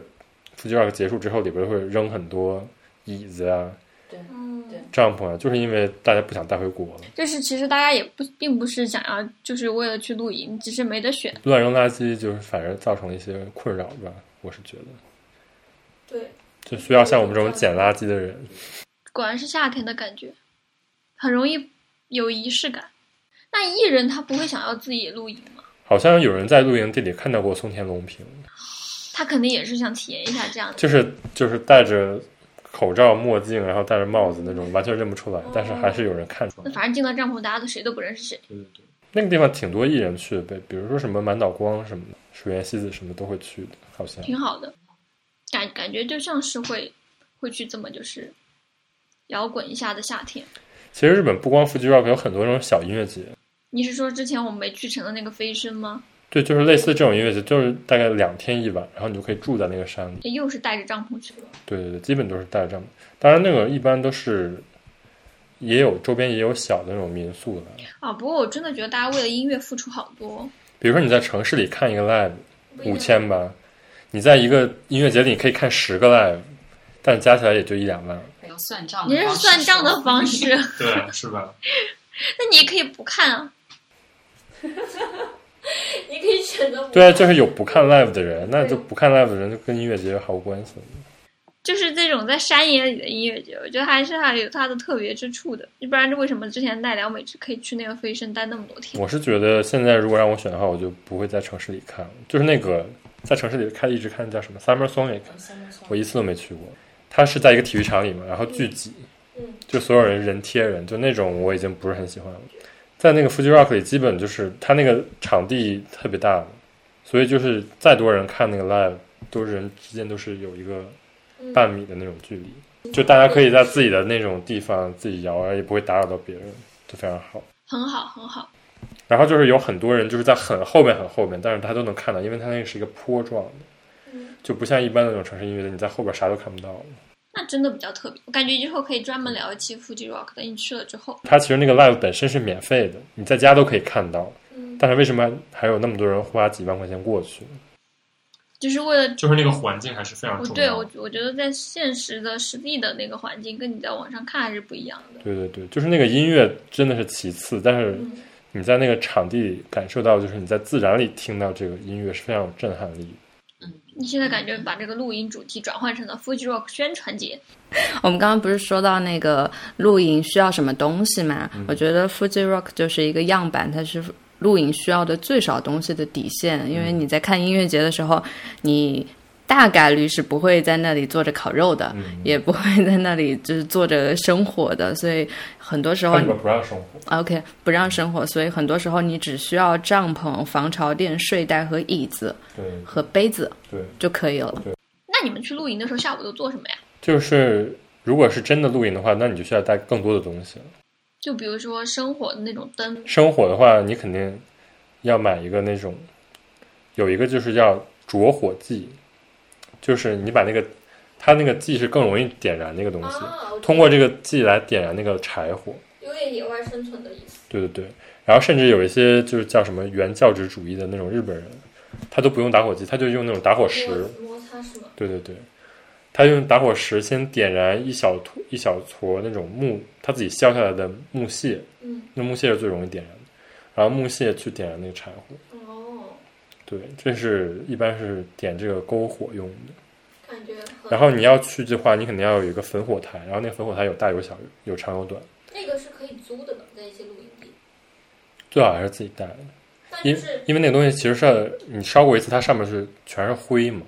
S2: Fuji Rock 结束之后，里边会扔很多椅子啊、
S7: 嗯，
S5: 对
S2: 帐篷啊，就是因为大家不想带回国了，
S3: 就是其实大家也不并不是想要，就是为了去露营，只是没得选。
S2: 乱扔垃圾就是反而造成了一些困扰吧，我是觉得。
S7: 对，
S2: 就需要像我们这种捡垃圾的人。
S3: 果然是夏天的感觉，很容易有仪式感。那艺人他不会想要自己露营吗？
S2: 好像有人在露营地里看到过松田龙平，
S3: 他肯定也是想体验一下这样的。
S2: 就是就是戴着口罩、墨镜，然后戴着帽子那种，完全认不出来，但是还是有人看出
S3: 那
S2: 来。
S3: 反正进了帐篷，大家都谁都不认识谁。
S2: 那个地方挺多艺人去的，比比如说什么满岛光什么的，水原希子什么都会去的，好像。
S3: 挺好的，感感觉就像是会会去这么就是摇滚一下的夏天。
S2: 其实日本不光 Fuji Rock 有很多那种小音乐节，
S3: 你是说之前我们没去成的那个飞升吗？
S2: 对，就是类似这种音乐节，就是大概两天一晚，然后你就可以住在那个山里。
S3: 这又是带着帐篷去的，
S2: 对对对，基本都是带着帐篷。当然，那个一般都是也有周边也有小的那种民宿的，
S3: 啊！不过我真的觉得大家为了音乐付出好多，
S2: 比如说你在城市里看一个 live
S7: 不一定
S2: 五，千吧，你在一个音乐节里可以看十个 live，但加起来也就一两万。
S5: 要算账的
S3: 你
S5: 啊方式说，
S3: 这是算账的 方式，
S2: 对，啊是吧？
S3: 那你也可以不看啊。
S7: 你可以选择不
S2: 对啊，就是有不看 live 的人，那就不看 live 的人就跟音乐节有毫无关系了。
S3: 就是这种在山野里的音乐节，我觉得还是还有它的特别之处的。要不然，为什么之前奈良美智可以去那个飞升待那么多天？
S2: 我是觉得现在如果让我选的话，我就不会在城市里看了，就是那个在城市里看一直看叫什么 Summer Sonic，我
S7: 嗯
S2: 一次都没去过。它是在一个体育场里嘛，然后聚集，
S7: 嗯
S2: 就所有人人贴人，就那种我已经不是很喜欢了。在那个 Fuji Rock 里，基本就是它那个场地特别大嘛，所以就是再多人看那个 live，都是人之间都是有一个
S7: 嗯
S2: 半米的那种距离，就大家可以在自己的那种地方自己摇，而啊也不会打扰到别人，就非常好。
S3: 很好，很好。
S2: 然后就是有很多人就是在很后面很后面，但是他都能看到，
S7: 嗯
S2: 因为他那个是一个坡状的，就不像一般的那种城市音乐节，你在后边啥都看不到。
S3: 那真的比较特别。我感觉以后可以专门聊一期 Fuji Rock，等你去了之后，
S2: 它其实那个 live 本身是免费的，你在家都可以看到，
S7: 嗯，
S2: 但是为什么还有那么多人花几万块钱过去？
S3: 就是为了
S2: 就是那个环境还是非常
S3: 我哦对我我觉得在现实的实地的那个环境，跟你在网上看还是不一样的。
S2: 对对对，就是那个音乐真的是其次，但是
S7: 嗯
S2: 你在那个场地感受到，就是你在自然里听到这个音乐是非常有震撼力的。
S3: 你现在感觉把这个录音主题转换成了 Fuji Rock 宣传节，
S6: 我们刚刚不是说到那个露营需要什么东西嘛？
S2: 嗯
S6: 我觉得 Fuji Rock 就是一个样板，它是露营需要的最少东西的底线。因为你在看音乐节的时候，你大概率是不会在那里坐着烤肉的，
S2: 嗯
S6: 也不会在那里就是坐着生火的，所以很多时候
S2: 看
S6: 你
S2: 你们不让生活，
S6: OK 不让生火，所以很多时候你只需要帐篷、防潮垫、睡袋和椅子
S2: 对
S6: 和杯子
S2: 对，
S6: 就可以了。
S3: 那你们去露营的时候下午都做什么呀？
S2: 就是如果是真的露营的话，那你就需要带更多的东西了。
S3: 就比如说生火的那种灯，
S2: 生火的话，你肯定要买一个那种，有一个就是要着火剂，就是你把那个它那个剂是更容易点燃那个东西，
S7: 啊，我知道
S2: 通过这个剂来点燃那个柴火。
S7: 有点野外生存的意思，
S2: 对对对，然后甚至有一些就是叫什么原教旨主义的那种日本人，他都不用打火机，他就用那种打火石。
S7: 摩摩擦是吗？
S2: 对对对，他用打火石先点燃一小坨一小撮那种木，他自己削下来的木屑，
S7: 嗯，
S2: 那木屑是最容易点燃的，然后木屑去点燃那个柴火。
S7: 哦，
S2: 对，这是一般是点这个篝火用
S7: 嗯
S2: 的。
S7: 感觉很
S2: 然后你要去的话，你肯定要有一个焚火台，然后那个焚火台有大有小，有长有短，
S7: 那个是可以租的嘛，在一些露营地，
S2: 最好还是自己带的。
S7: 但
S2: 因
S7: 就是
S2: 因为那个东西其实是你烧过一次，它上面是全是灰嘛，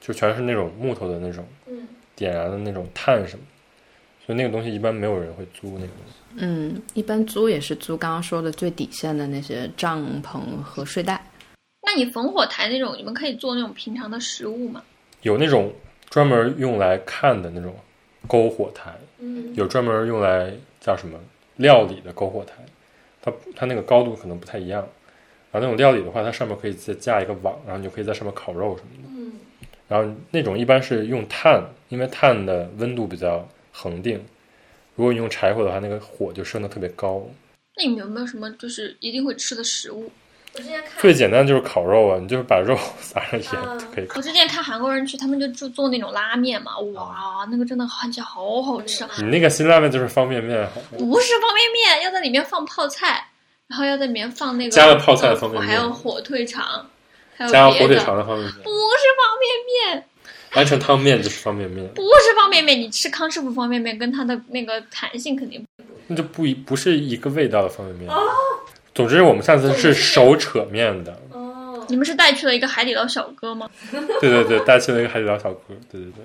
S2: 就全是那种木头的那种
S7: 嗯，
S2: 点燃的那种炭什么的，所以那个东西一般没有人会租那个东西。
S6: 嗯，一般租也是租刚刚说的最底线的那些帐篷和睡袋。
S3: 那你焚火台那种，你们可以做那种平常的食物吗？
S2: 有那种专门用来看的那种篝火台，
S7: 嗯，
S2: 有专门用来叫什么料理的篝火台，它它那个高度可能不太一样。然后那种料理的话，它上面可以再架一个网，然后你就可以在上面烤肉什么的。
S7: 嗯，
S2: 然后那种一般是用炭，因为炭的温度比较恒定。如果你用柴火的话，那个火就升得特别高。
S3: 那你们有没有什么就是一定会吃的食物？
S7: 我之前看
S2: 最简单就是烤肉啊，你就是把肉撒上盐
S7: 嗯
S2: 就可以烤
S3: 我。之前看韩国人去，他们就做做那种拉面嘛，哇，那个真的看起来好好吃啊！
S2: 你那个辛拉啊面就是方便面好，
S3: 不是方便面，要在里面放泡菜，然后要在里面放那个
S2: 加了泡菜的方便面
S3: 还有火腿肠，还有
S2: 加上
S3: 别
S2: 火腿
S3: 的
S2: 肠的方便面，
S3: 不是方便面，
S2: 来成汤面就是方便面，
S3: 不是方便面，你吃康师傅方便面跟它的那个弹性肯定
S2: 那就不一不是一个味道的方便面。总之，我们上次是手扯面的，
S7: 哦，
S3: 你们是带去了一个海底捞小哥吗？
S2: 对对对，带去了一个海底捞小哥，对对对。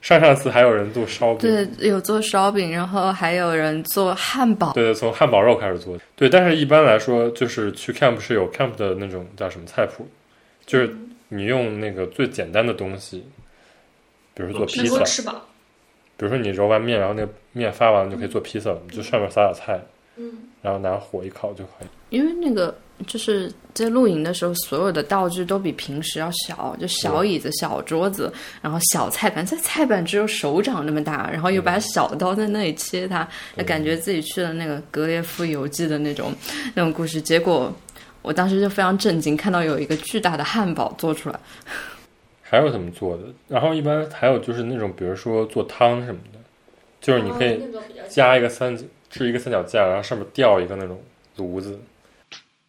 S2: 上上次还有人做烧饼，
S6: 对，有做烧饼，然后还有人做汉堡。
S2: 对对，从汉堡肉开始做。对，但是一般来说，就是去 camp 是有 camp 的那种叫什么菜谱，就是你用那个最简单的东西，比如说做披
S3: 能够
S2: 萨，
S3: 吃饱。
S2: 比如说你揉完面，然后那个面发完了就可以做披萨了，你就上面撒点菜，
S7: 嗯，
S2: 然后拿火一烤就可以。
S6: 因为那个就是在露营的时候，所有的道具都比平时要小，就小椅子、小桌子，然后小菜板，这菜板只有手掌那么大，然后有把小刀在那里切它，就感觉自己去了那个《格列夫游记》的那种那种故事。结果我当时就非常震惊，看到有一个巨大的汉堡做出来，
S2: 还有怎么做的？然后一般还有就是那种，比如说做汤什么的，就是你可以
S7: 哦那个比较
S2: 加一个三角，支一个三脚架，然后上面吊一个那种炉子，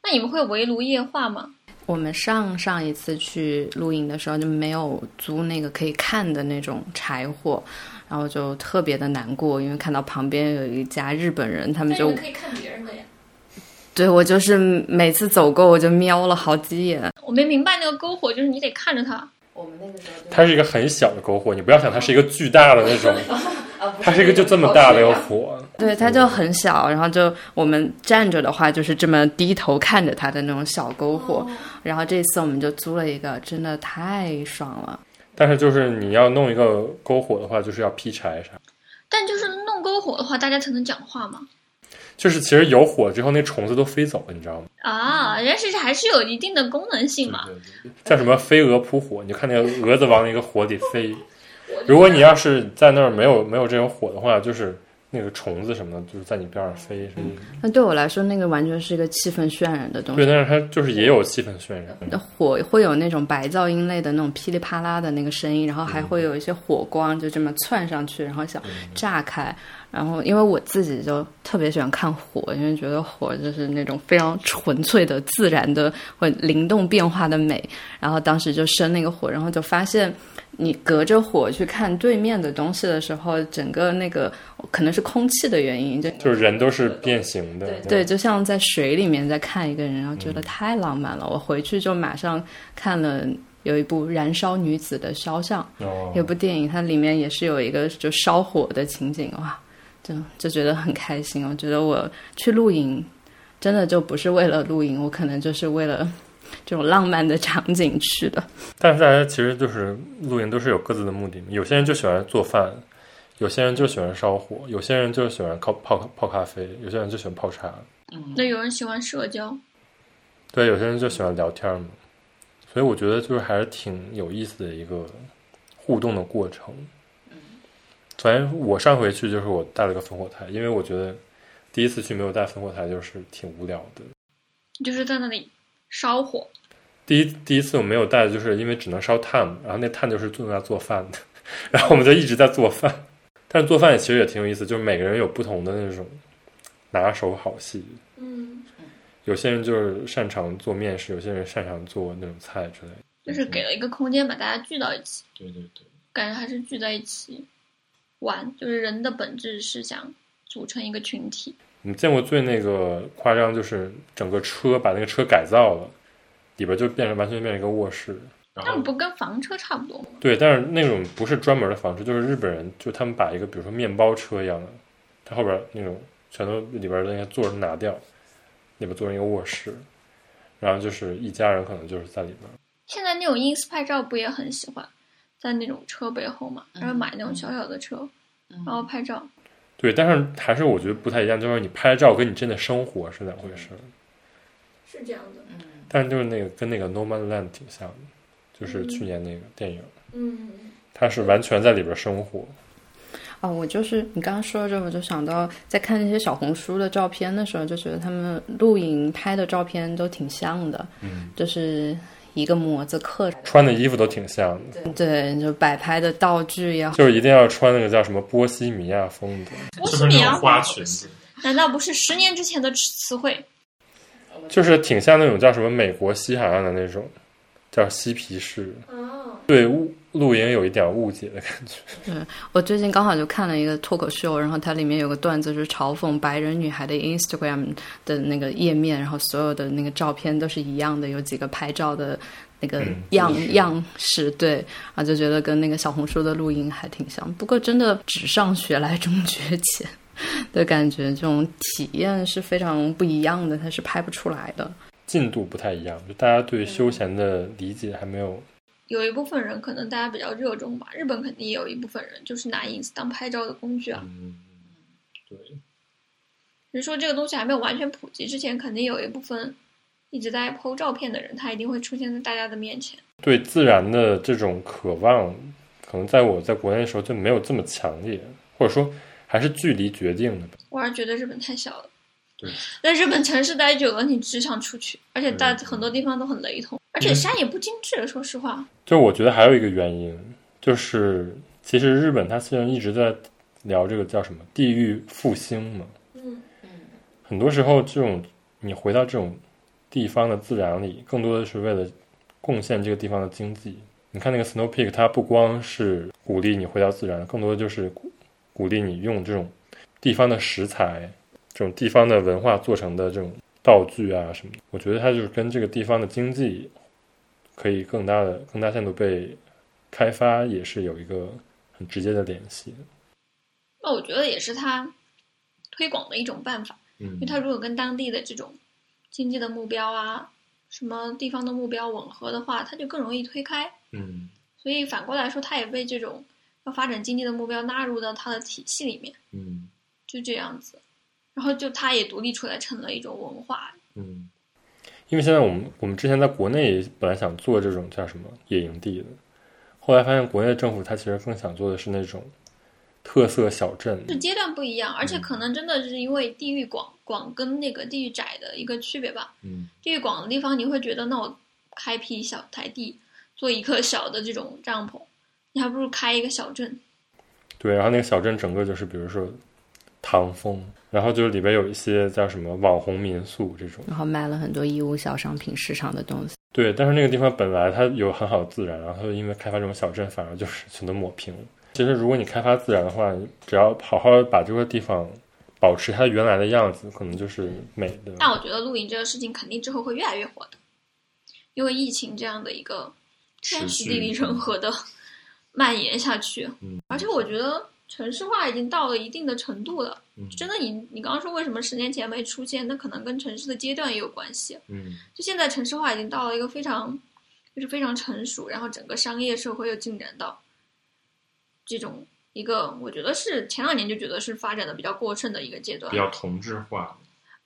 S3: 那你们会围炉夜话吗？
S6: 我们上上一次去露营的时候就没有租那个可以看的那种柴火，然后就特别的难过，因为看到旁边有一家日本人，他们
S7: 但你
S6: 就
S7: 们可以看别人的呀，
S6: 对我就是每次走过我就瞄了好几眼。
S3: 我没明白那个篝火，就是你得看着它，
S6: 我们那个时候
S2: 它是一个很小的篝火，你不要想它是一个巨大的那 种，
S6: 啊
S2: 它哦是一个就这么大的一个火，
S6: 对，它就很小，然后就我们站着的话就是这么低头看着它的那种小篝火，然后这次我们就租了一个，真的太爽了。
S2: 但是就是你要弄一个篝火的话，就是要劈柴啥，
S3: 但就是弄篝火的话，大家才能讲话嘛。
S2: 就是其实有火之后，那虫子都飞走了，你知道吗？
S3: 啊，
S2: 嗯
S3: 人家是还是有一定的功能性嘛。
S2: 叫什么飞蛾扑火，你就看那个蛾子往那个火里飞，
S7: 我就
S2: 如果你要是在那儿没有没有这种火的话，就是那个虫子什么的，就是在你边上飞什么的。
S6: 那对我来说，那个完全是一个气氛渲染的东
S2: 对，
S6: 西。
S2: 但是它就是也有气氛渲染。
S6: 火会有那种白噪音类的那种噼里啪啦的那个声音，然后还会有一些火光就这么窜上去，然后想炸开。然后因为我自己就特别喜欢看火，因为觉得火就是那种非常纯粹的、自然的、会灵动变化的美。然后当时就生那个火，然后就发现你隔着火去看对面的东西的时候，整个那个可能是空气的原因，就
S2: 就是人都是变形的，
S6: 对，就像在水里面在看一个人，然后觉得太浪漫了。我回去就马上看了有一部《燃烧女子的肖像》，
S2: 哦
S6: 有部电影，它里面也是有一个就烧火的情景，哇，就就觉得很开心。我觉得我去露营，真的就不是为了露营，我可能就是为了这种浪漫的场景去的。
S2: 但是大家其实就是露营都是有各自的目的，有些人就喜欢做饭，有些人就喜欢烧火，有些人就喜欢泡泡泡咖啡，有些人就喜欢泡茶，
S3: 那有人喜欢社交，
S2: 对，有些人就喜欢聊天嘛。所以我觉得就是还是挺有意思的一个互动的过程。反正我上回去就是我带了个烽火台，因为我觉得第一次去没有带烽火台就是挺无聊的。
S3: 就是在那里烧火，
S2: 第一第一次我没有带，就是因为只能烧炭嘛，然后那炭就是用来做饭的， 然后我们就一直在做饭。但是做饭也其实也挺有意思，就是每个人有不同的那种拿手好戏，
S7: 嗯，
S2: 有些人就是擅长做面食，有些人擅长做那种菜之类的。
S3: 就是给了一个空间把大家聚到一起，
S2: 对对对，
S3: 感觉还是聚在一起玩。就是人的本质是想组成一个群体，
S2: 我们见过最那个夸张，就是整个车把那个车改造了，里边就变成完全变成一个卧室。然
S3: 那不跟房车差不多吗？
S2: 对，但是那种不是专门的房车，就是日本人，就他们把一个比如说面包车一样的，它后边那种全都里边的那个座儿拿掉，里边做成一个卧室，然后就是一家人可能就是在里边。
S3: 现在那种 ins 拍照不也很喜欢，在那种车背后嘛，然后买那种小小的车，然后拍照。
S2: 对，但是还是我觉得不太一样，就是你拍照跟你真的生活是两回事儿。
S7: 是这样的，
S2: 但是就是那个跟那个《No Man Land》挺像的，就是去年那个电影，
S7: 嗯，
S2: 它是完全在里边生活。
S6: 哦，我就是你刚刚说这，我就想到在看那些小红书的照片的时候，就觉得他们露营拍的照片都挺像的，嗯，就是一个模子刻着，
S2: 穿的衣服都挺像的，
S6: 对，就摆拍的道具也好，
S2: 就是一定要穿那个叫什么波西米亚风的。
S3: 波
S5: 就
S3: 西
S5: 是
S3: 米
S5: 那
S3: 亚
S5: 种花裙子，
S3: 难道不是十年之前的词汇？
S2: 就是挺像那种叫什么美国西海岸的那种，叫嬉皮士，
S7: 啊，
S2: 对露露营有一点误解的感觉。
S6: 我最近刚好就看了一个脱口秀，然后它里面有个段子是嘲讽白人女孩的 Instagram 的那个页面，然后所有的那个照片都是一样的，有几个拍照的那个样、样式，对，啊，就觉得跟那个小红书的录音还挺像。不过真的纸上学来终觉浅的感觉，这种体验是非常不一样的，它是拍不出来的。
S2: 进度不太一样，就大家对休闲的理解还没有。
S3: 有一部分人可能大家比较热衷吧，日本肯定也有一部分人就是拿 ins 当拍照的工具啊。
S2: 嗯，对，
S3: 只是说这个东西还没有完全普及之前，肯定有一部分一直在 PO 照片的人，他一定会出现在大家的面前。
S2: 对自然的这种渴望，可能在我在国内的时候就没有这么强烈，或者说还是距离决定的吧。
S3: 我还是觉得日本太小了。
S2: 对，
S3: 在日本城市待久了，你只想出去，而且大
S2: 对嗯
S3: 很多地方都很雷同，而且山也不精致。说实话，
S2: 就我觉得还有一个原因，就是其实日本它虽然一直在聊这个叫什么地域复兴嘛，
S7: 嗯，
S2: 很多时候，这种你回到这种地方的自然里，更多的是为了贡献这个地方的经济。你看那个 Snow Peak，它不光是鼓励你回到自然，更多的就是鼓鼓励你用这种地方的食材、这种地方的文化做成的这种道具啊什么的。我觉得它就是跟这个地方的经济可以更大的、更大限度被开发，也是有一个很直接的联系。
S3: 那我觉得也是他推广的一种办法，
S2: 嗯
S3: 因为他如果跟当地的这种经济的目标啊，什么地方的目标吻合的话，他就更容易推开。
S2: 嗯，
S3: 所以反过来说，他也被这种要发展经济的目标纳入到他的体系里面，
S2: 嗯
S3: 就这样子。然后就他也独立出来，成了一种文化。
S2: 嗯，因为现在我们我们之前在国内本来想做这种叫什么野营地的，后来发现国内政府它其实更想做的是那种特色小镇，
S3: 就阶段不一样，而且可能真的是因为地域广广跟那个地域窄的一个区别吧。
S2: 嗯，
S3: 地域广的地方，你会觉得那我开辟小台地，做一个小的这种帐篷，你还不如开一个小镇。
S2: 对，然后那个小镇整个就是比如说唐风，然后就是里边有一些叫什么网红民宿这种，
S6: 然后卖了很多义乌小商品市场的东西。
S2: 对，但是那个地方本来它有很好的自然，然后因为开发这种小镇，反而就是全都抹平了。其实如果你开发自然的话，你只要好好把这个地方保持它原来的样子，可能就是美的。
S3: 但我觉得露营这个事情肯定之后会越来越火的，因为疫情这样的一个天时地利人和的蔓延下去。
S2: 嗯
S3: 而且我觉得城市化已经到了一定的程度了。
S2: 嗯
S3: 真的你，你刚刚说为什么十年前没出现，那可能跟城市的阶段也有关系。
S2: 嗯
S3: 就现在城市化已经到了一个非常，就是非常成熟，然后整个商业社会又进展到这种一个，我觉得是前两年就觉得是发展的比较过剩的一个阶段。
S2: 同质化。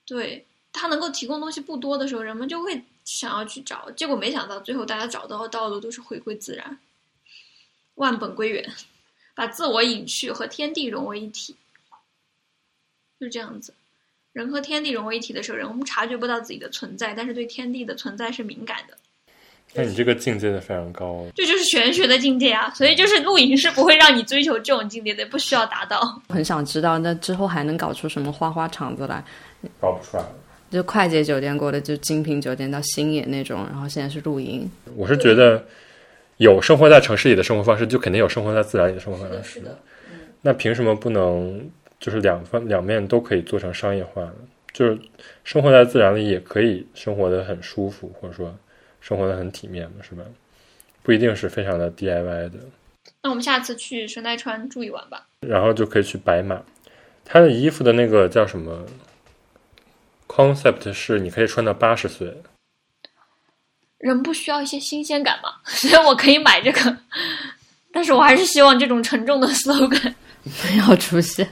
S3: 对它能够提供东西不多的时候，人们就会想要去找，结果没想到最后大家找到的道路都是回归自然，万本归元，把自我隐去和天地融为一体，就这样子。人和天地融为一体的时候，人我们察觉不到自己的存在，但是对天地的存在是敏感的，
S2: 那你这个境界的非常高，
S3: 这就是玄学的境界啊！所以就是露营是不会让你追求这种境界的，不需要达到。
S6: 很想知道那之后还能搞出什么花花肠子来？
S2: 搞不出来。
S6: 就快捷酒店过的，就精品酒店到星野那种，然后现在是露营，
S2: 我是觉得有生活在城市里的生活方式，就肯定有生活在自然里的生活方式。
S7: 是的，
S2: 那凭什么不能就是两方两面都可以做成商业化呢？就是生活在自然里也可以生活的很舒服，或者说生活的很体面嘛，是吧？不一定是非常的 DIY 的，
S3: 那我们下次去神奈川住一晚吧。
S2: 然后就可以去白马。它的衣服的那个叫什么 concept 是你可以穿到八十岁，
S3: 人不需要一些新鲜感嘛， 所以我可以买这个， 但是我还是希望这种沉重的 slogan。
S6: 没有出现。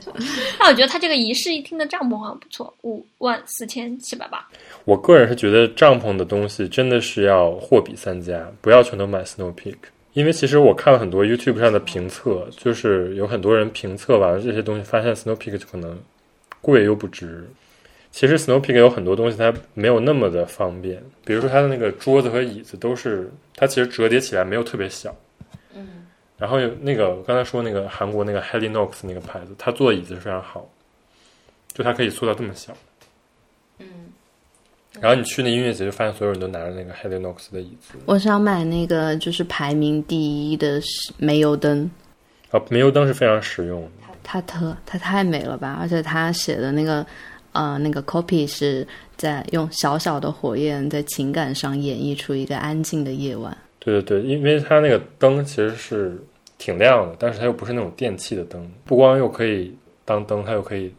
S3: 但我觉得它这个一室一厅的帐篷好像不错，五万四千七百八。
S2: 我个人是觉得帐篷的东西真的是要货比三家，不要全都买 Snow Peak。因为其实我看了很多 YouTube 上的评测，就是有很多人评测完了这些东西，发现 Snow Peak 就可能贵又不值。其实 Snow Peak 有很多东西它没有那么的方便，比如说它的那个桌子和椅子都是它其实折叠起来没有特别小。嗯。然后有那个我刚才说那个韩国那个 Helinox 那个牌子，它做的椅子是非常好，就它可以做到这么小。然后你去那音乐节，就发现所有人都拿着那个 Helinox 的椅子，
S6: 我想买那个就是排名第一的煤油灯，
S2: 啊，煤油灯是非常实用的。
S6: 它特它太美了吧！而且它写的那个呃那个 copy 是在用小小的火焰在情感上演绎出一个安静的夜晚。
S2: 对对对，因为它那个灯其实是挺亮的，但是它又不是那种电器的灯，不光又可以当灯，它又可以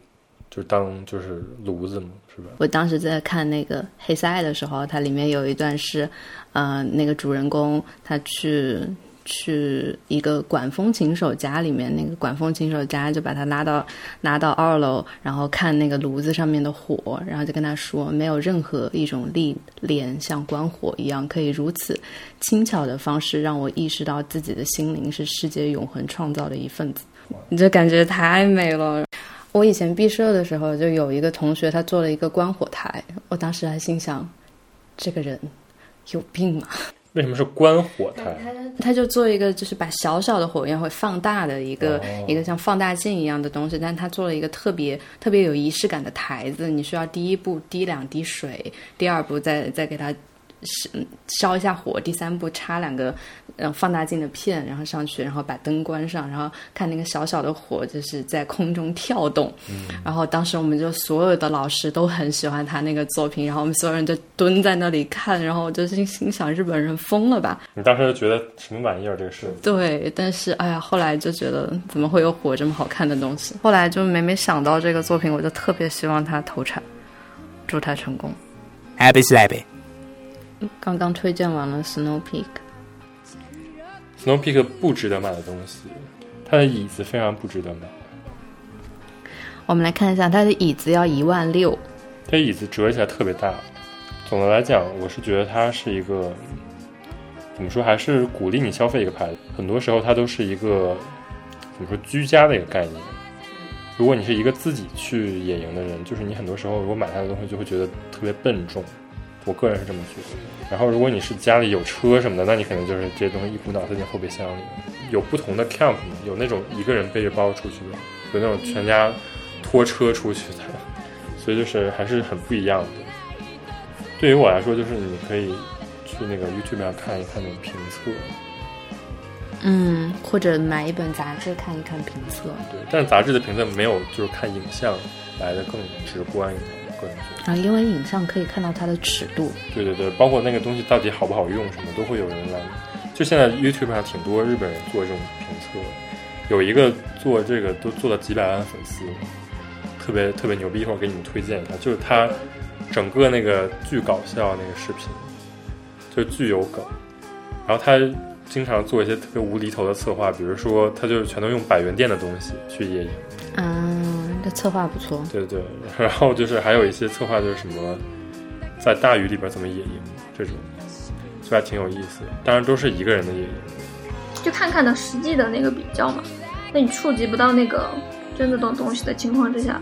S2: 就当就是炉子嘛，是吧？
S6: 我当时在看那个《黑塞》的时候，它里面有一段是，呃，那个主人公他去去一个管风琴手家里面，那个管风琴手家就把他拉到拉到二楼，然后看那个炉子上面的火，然后就跟他说，没有任何一种历练像关火一样，可以如此轻巧的方式让我意识到自己的心灵是世界永恒创造的一份子。你就感觉太美了，我以前毕设的时候，就有一个同学，他做了一个观火台，我当时还心想，这个人有病吗？
S2: 为什么是关火台？
S6: 他就做一个，就是把小小的火焰会放大的一个、
S2: 哦
S6: 一个像放大镜一样的东西，但他做了一个特别特别有仪式感的台子。你需要第一步滴两滴水，第二步再再给它烧烧一下火，第三步插两个嗯放大镜的片，然后上去，然后把灯关上，然后看那个小小的火就是在空中跳动。然后当时我们就所有的老师都很喜欢他那个作品，然后我们所有人就蹲在那里看，然后我就心心想日本人疯了吧。
S2: 你当时就觉得什么玩意儿这个事情？
S6: 对，但是哎呀，后来就觉得怎么会有火这么好看的东西？后来就每每想到这个作品，我就特别希望它投产，祝它成功。
S5: Happy Slappy。
S6: 刚刚推荐完了 Snow Peak，
S2: Snow Peak 不值得买的东西，它的椅子非常不值得买，
S6: 我们来看一下它的椅子要一万六，
S2: 它椅子折起来特别大。总的来讲，我是觉得它是一个怎么说，还是鼓励你消费一个牌子。很多时候它都是一个怎么说居家的一个概念。如果你是一个自己去野营的人，就是你很多时候如果买它的东西就会觉得特别笨重，我个人是这么觉得。然后如果你是家里有车什么的，那你可能就是这些东西一股脑塞进后备箱里。有不同的 camp，嘛有那种一个人背着包出去的，有那种全家拖车出去的，所以就是还是很不一样的。对于我来说，就是你可以去那个 YouTube 上看一看那种评测，
S1: 嗯，或者买一本杂志看一看评测。
S2: 对，但杂志的评测没有就是看影像来的更直观一点，我个人觉得。
S1: 啊，因为影像可以看到它的尺度。
S2: 对对对，包括那个东西到底好不好用什么，都会有人来。就现在 YouTube 上挺多日本人做这种评测，有一个做这个都做了几百万粉丝，特别特别牛逼。一会儿给你们推荐一下，就是他整个那个巨搞笑那个视频，就巨有梗。然后他经常做一些特别无厘头的策划，比如说他就全都用百元店的东西去野营。
S1: 嗯，这策划不错。
S2: 对对，然后就是还有一些策划就是什么，在大雨里边怎么野营这种，就还挺有意思的。当然都是一个人的野营，
S3: 就看看的实际的那个比较嘛。那你触及不到那个真的懂东西的情况之下，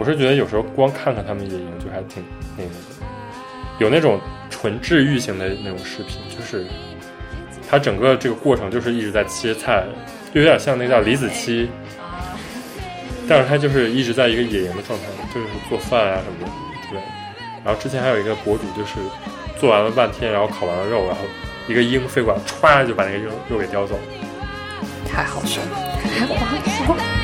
S2: 我是觉得有时候光看看他们野营就还挺那个的，有那种纯治愈型的那种视频，就是他整个这个过程就是一直在切菜，就有点像那叫李子柒，但是他就是一直在一个野营的状态，就是做饭啊什么的，对。然后之前还有一个博主就是做完了半天，然后烤完了肉，然后一个鹰飞过来，歘就把那个肉肉给叼走了。
S1: 太好笑了。
S4: 「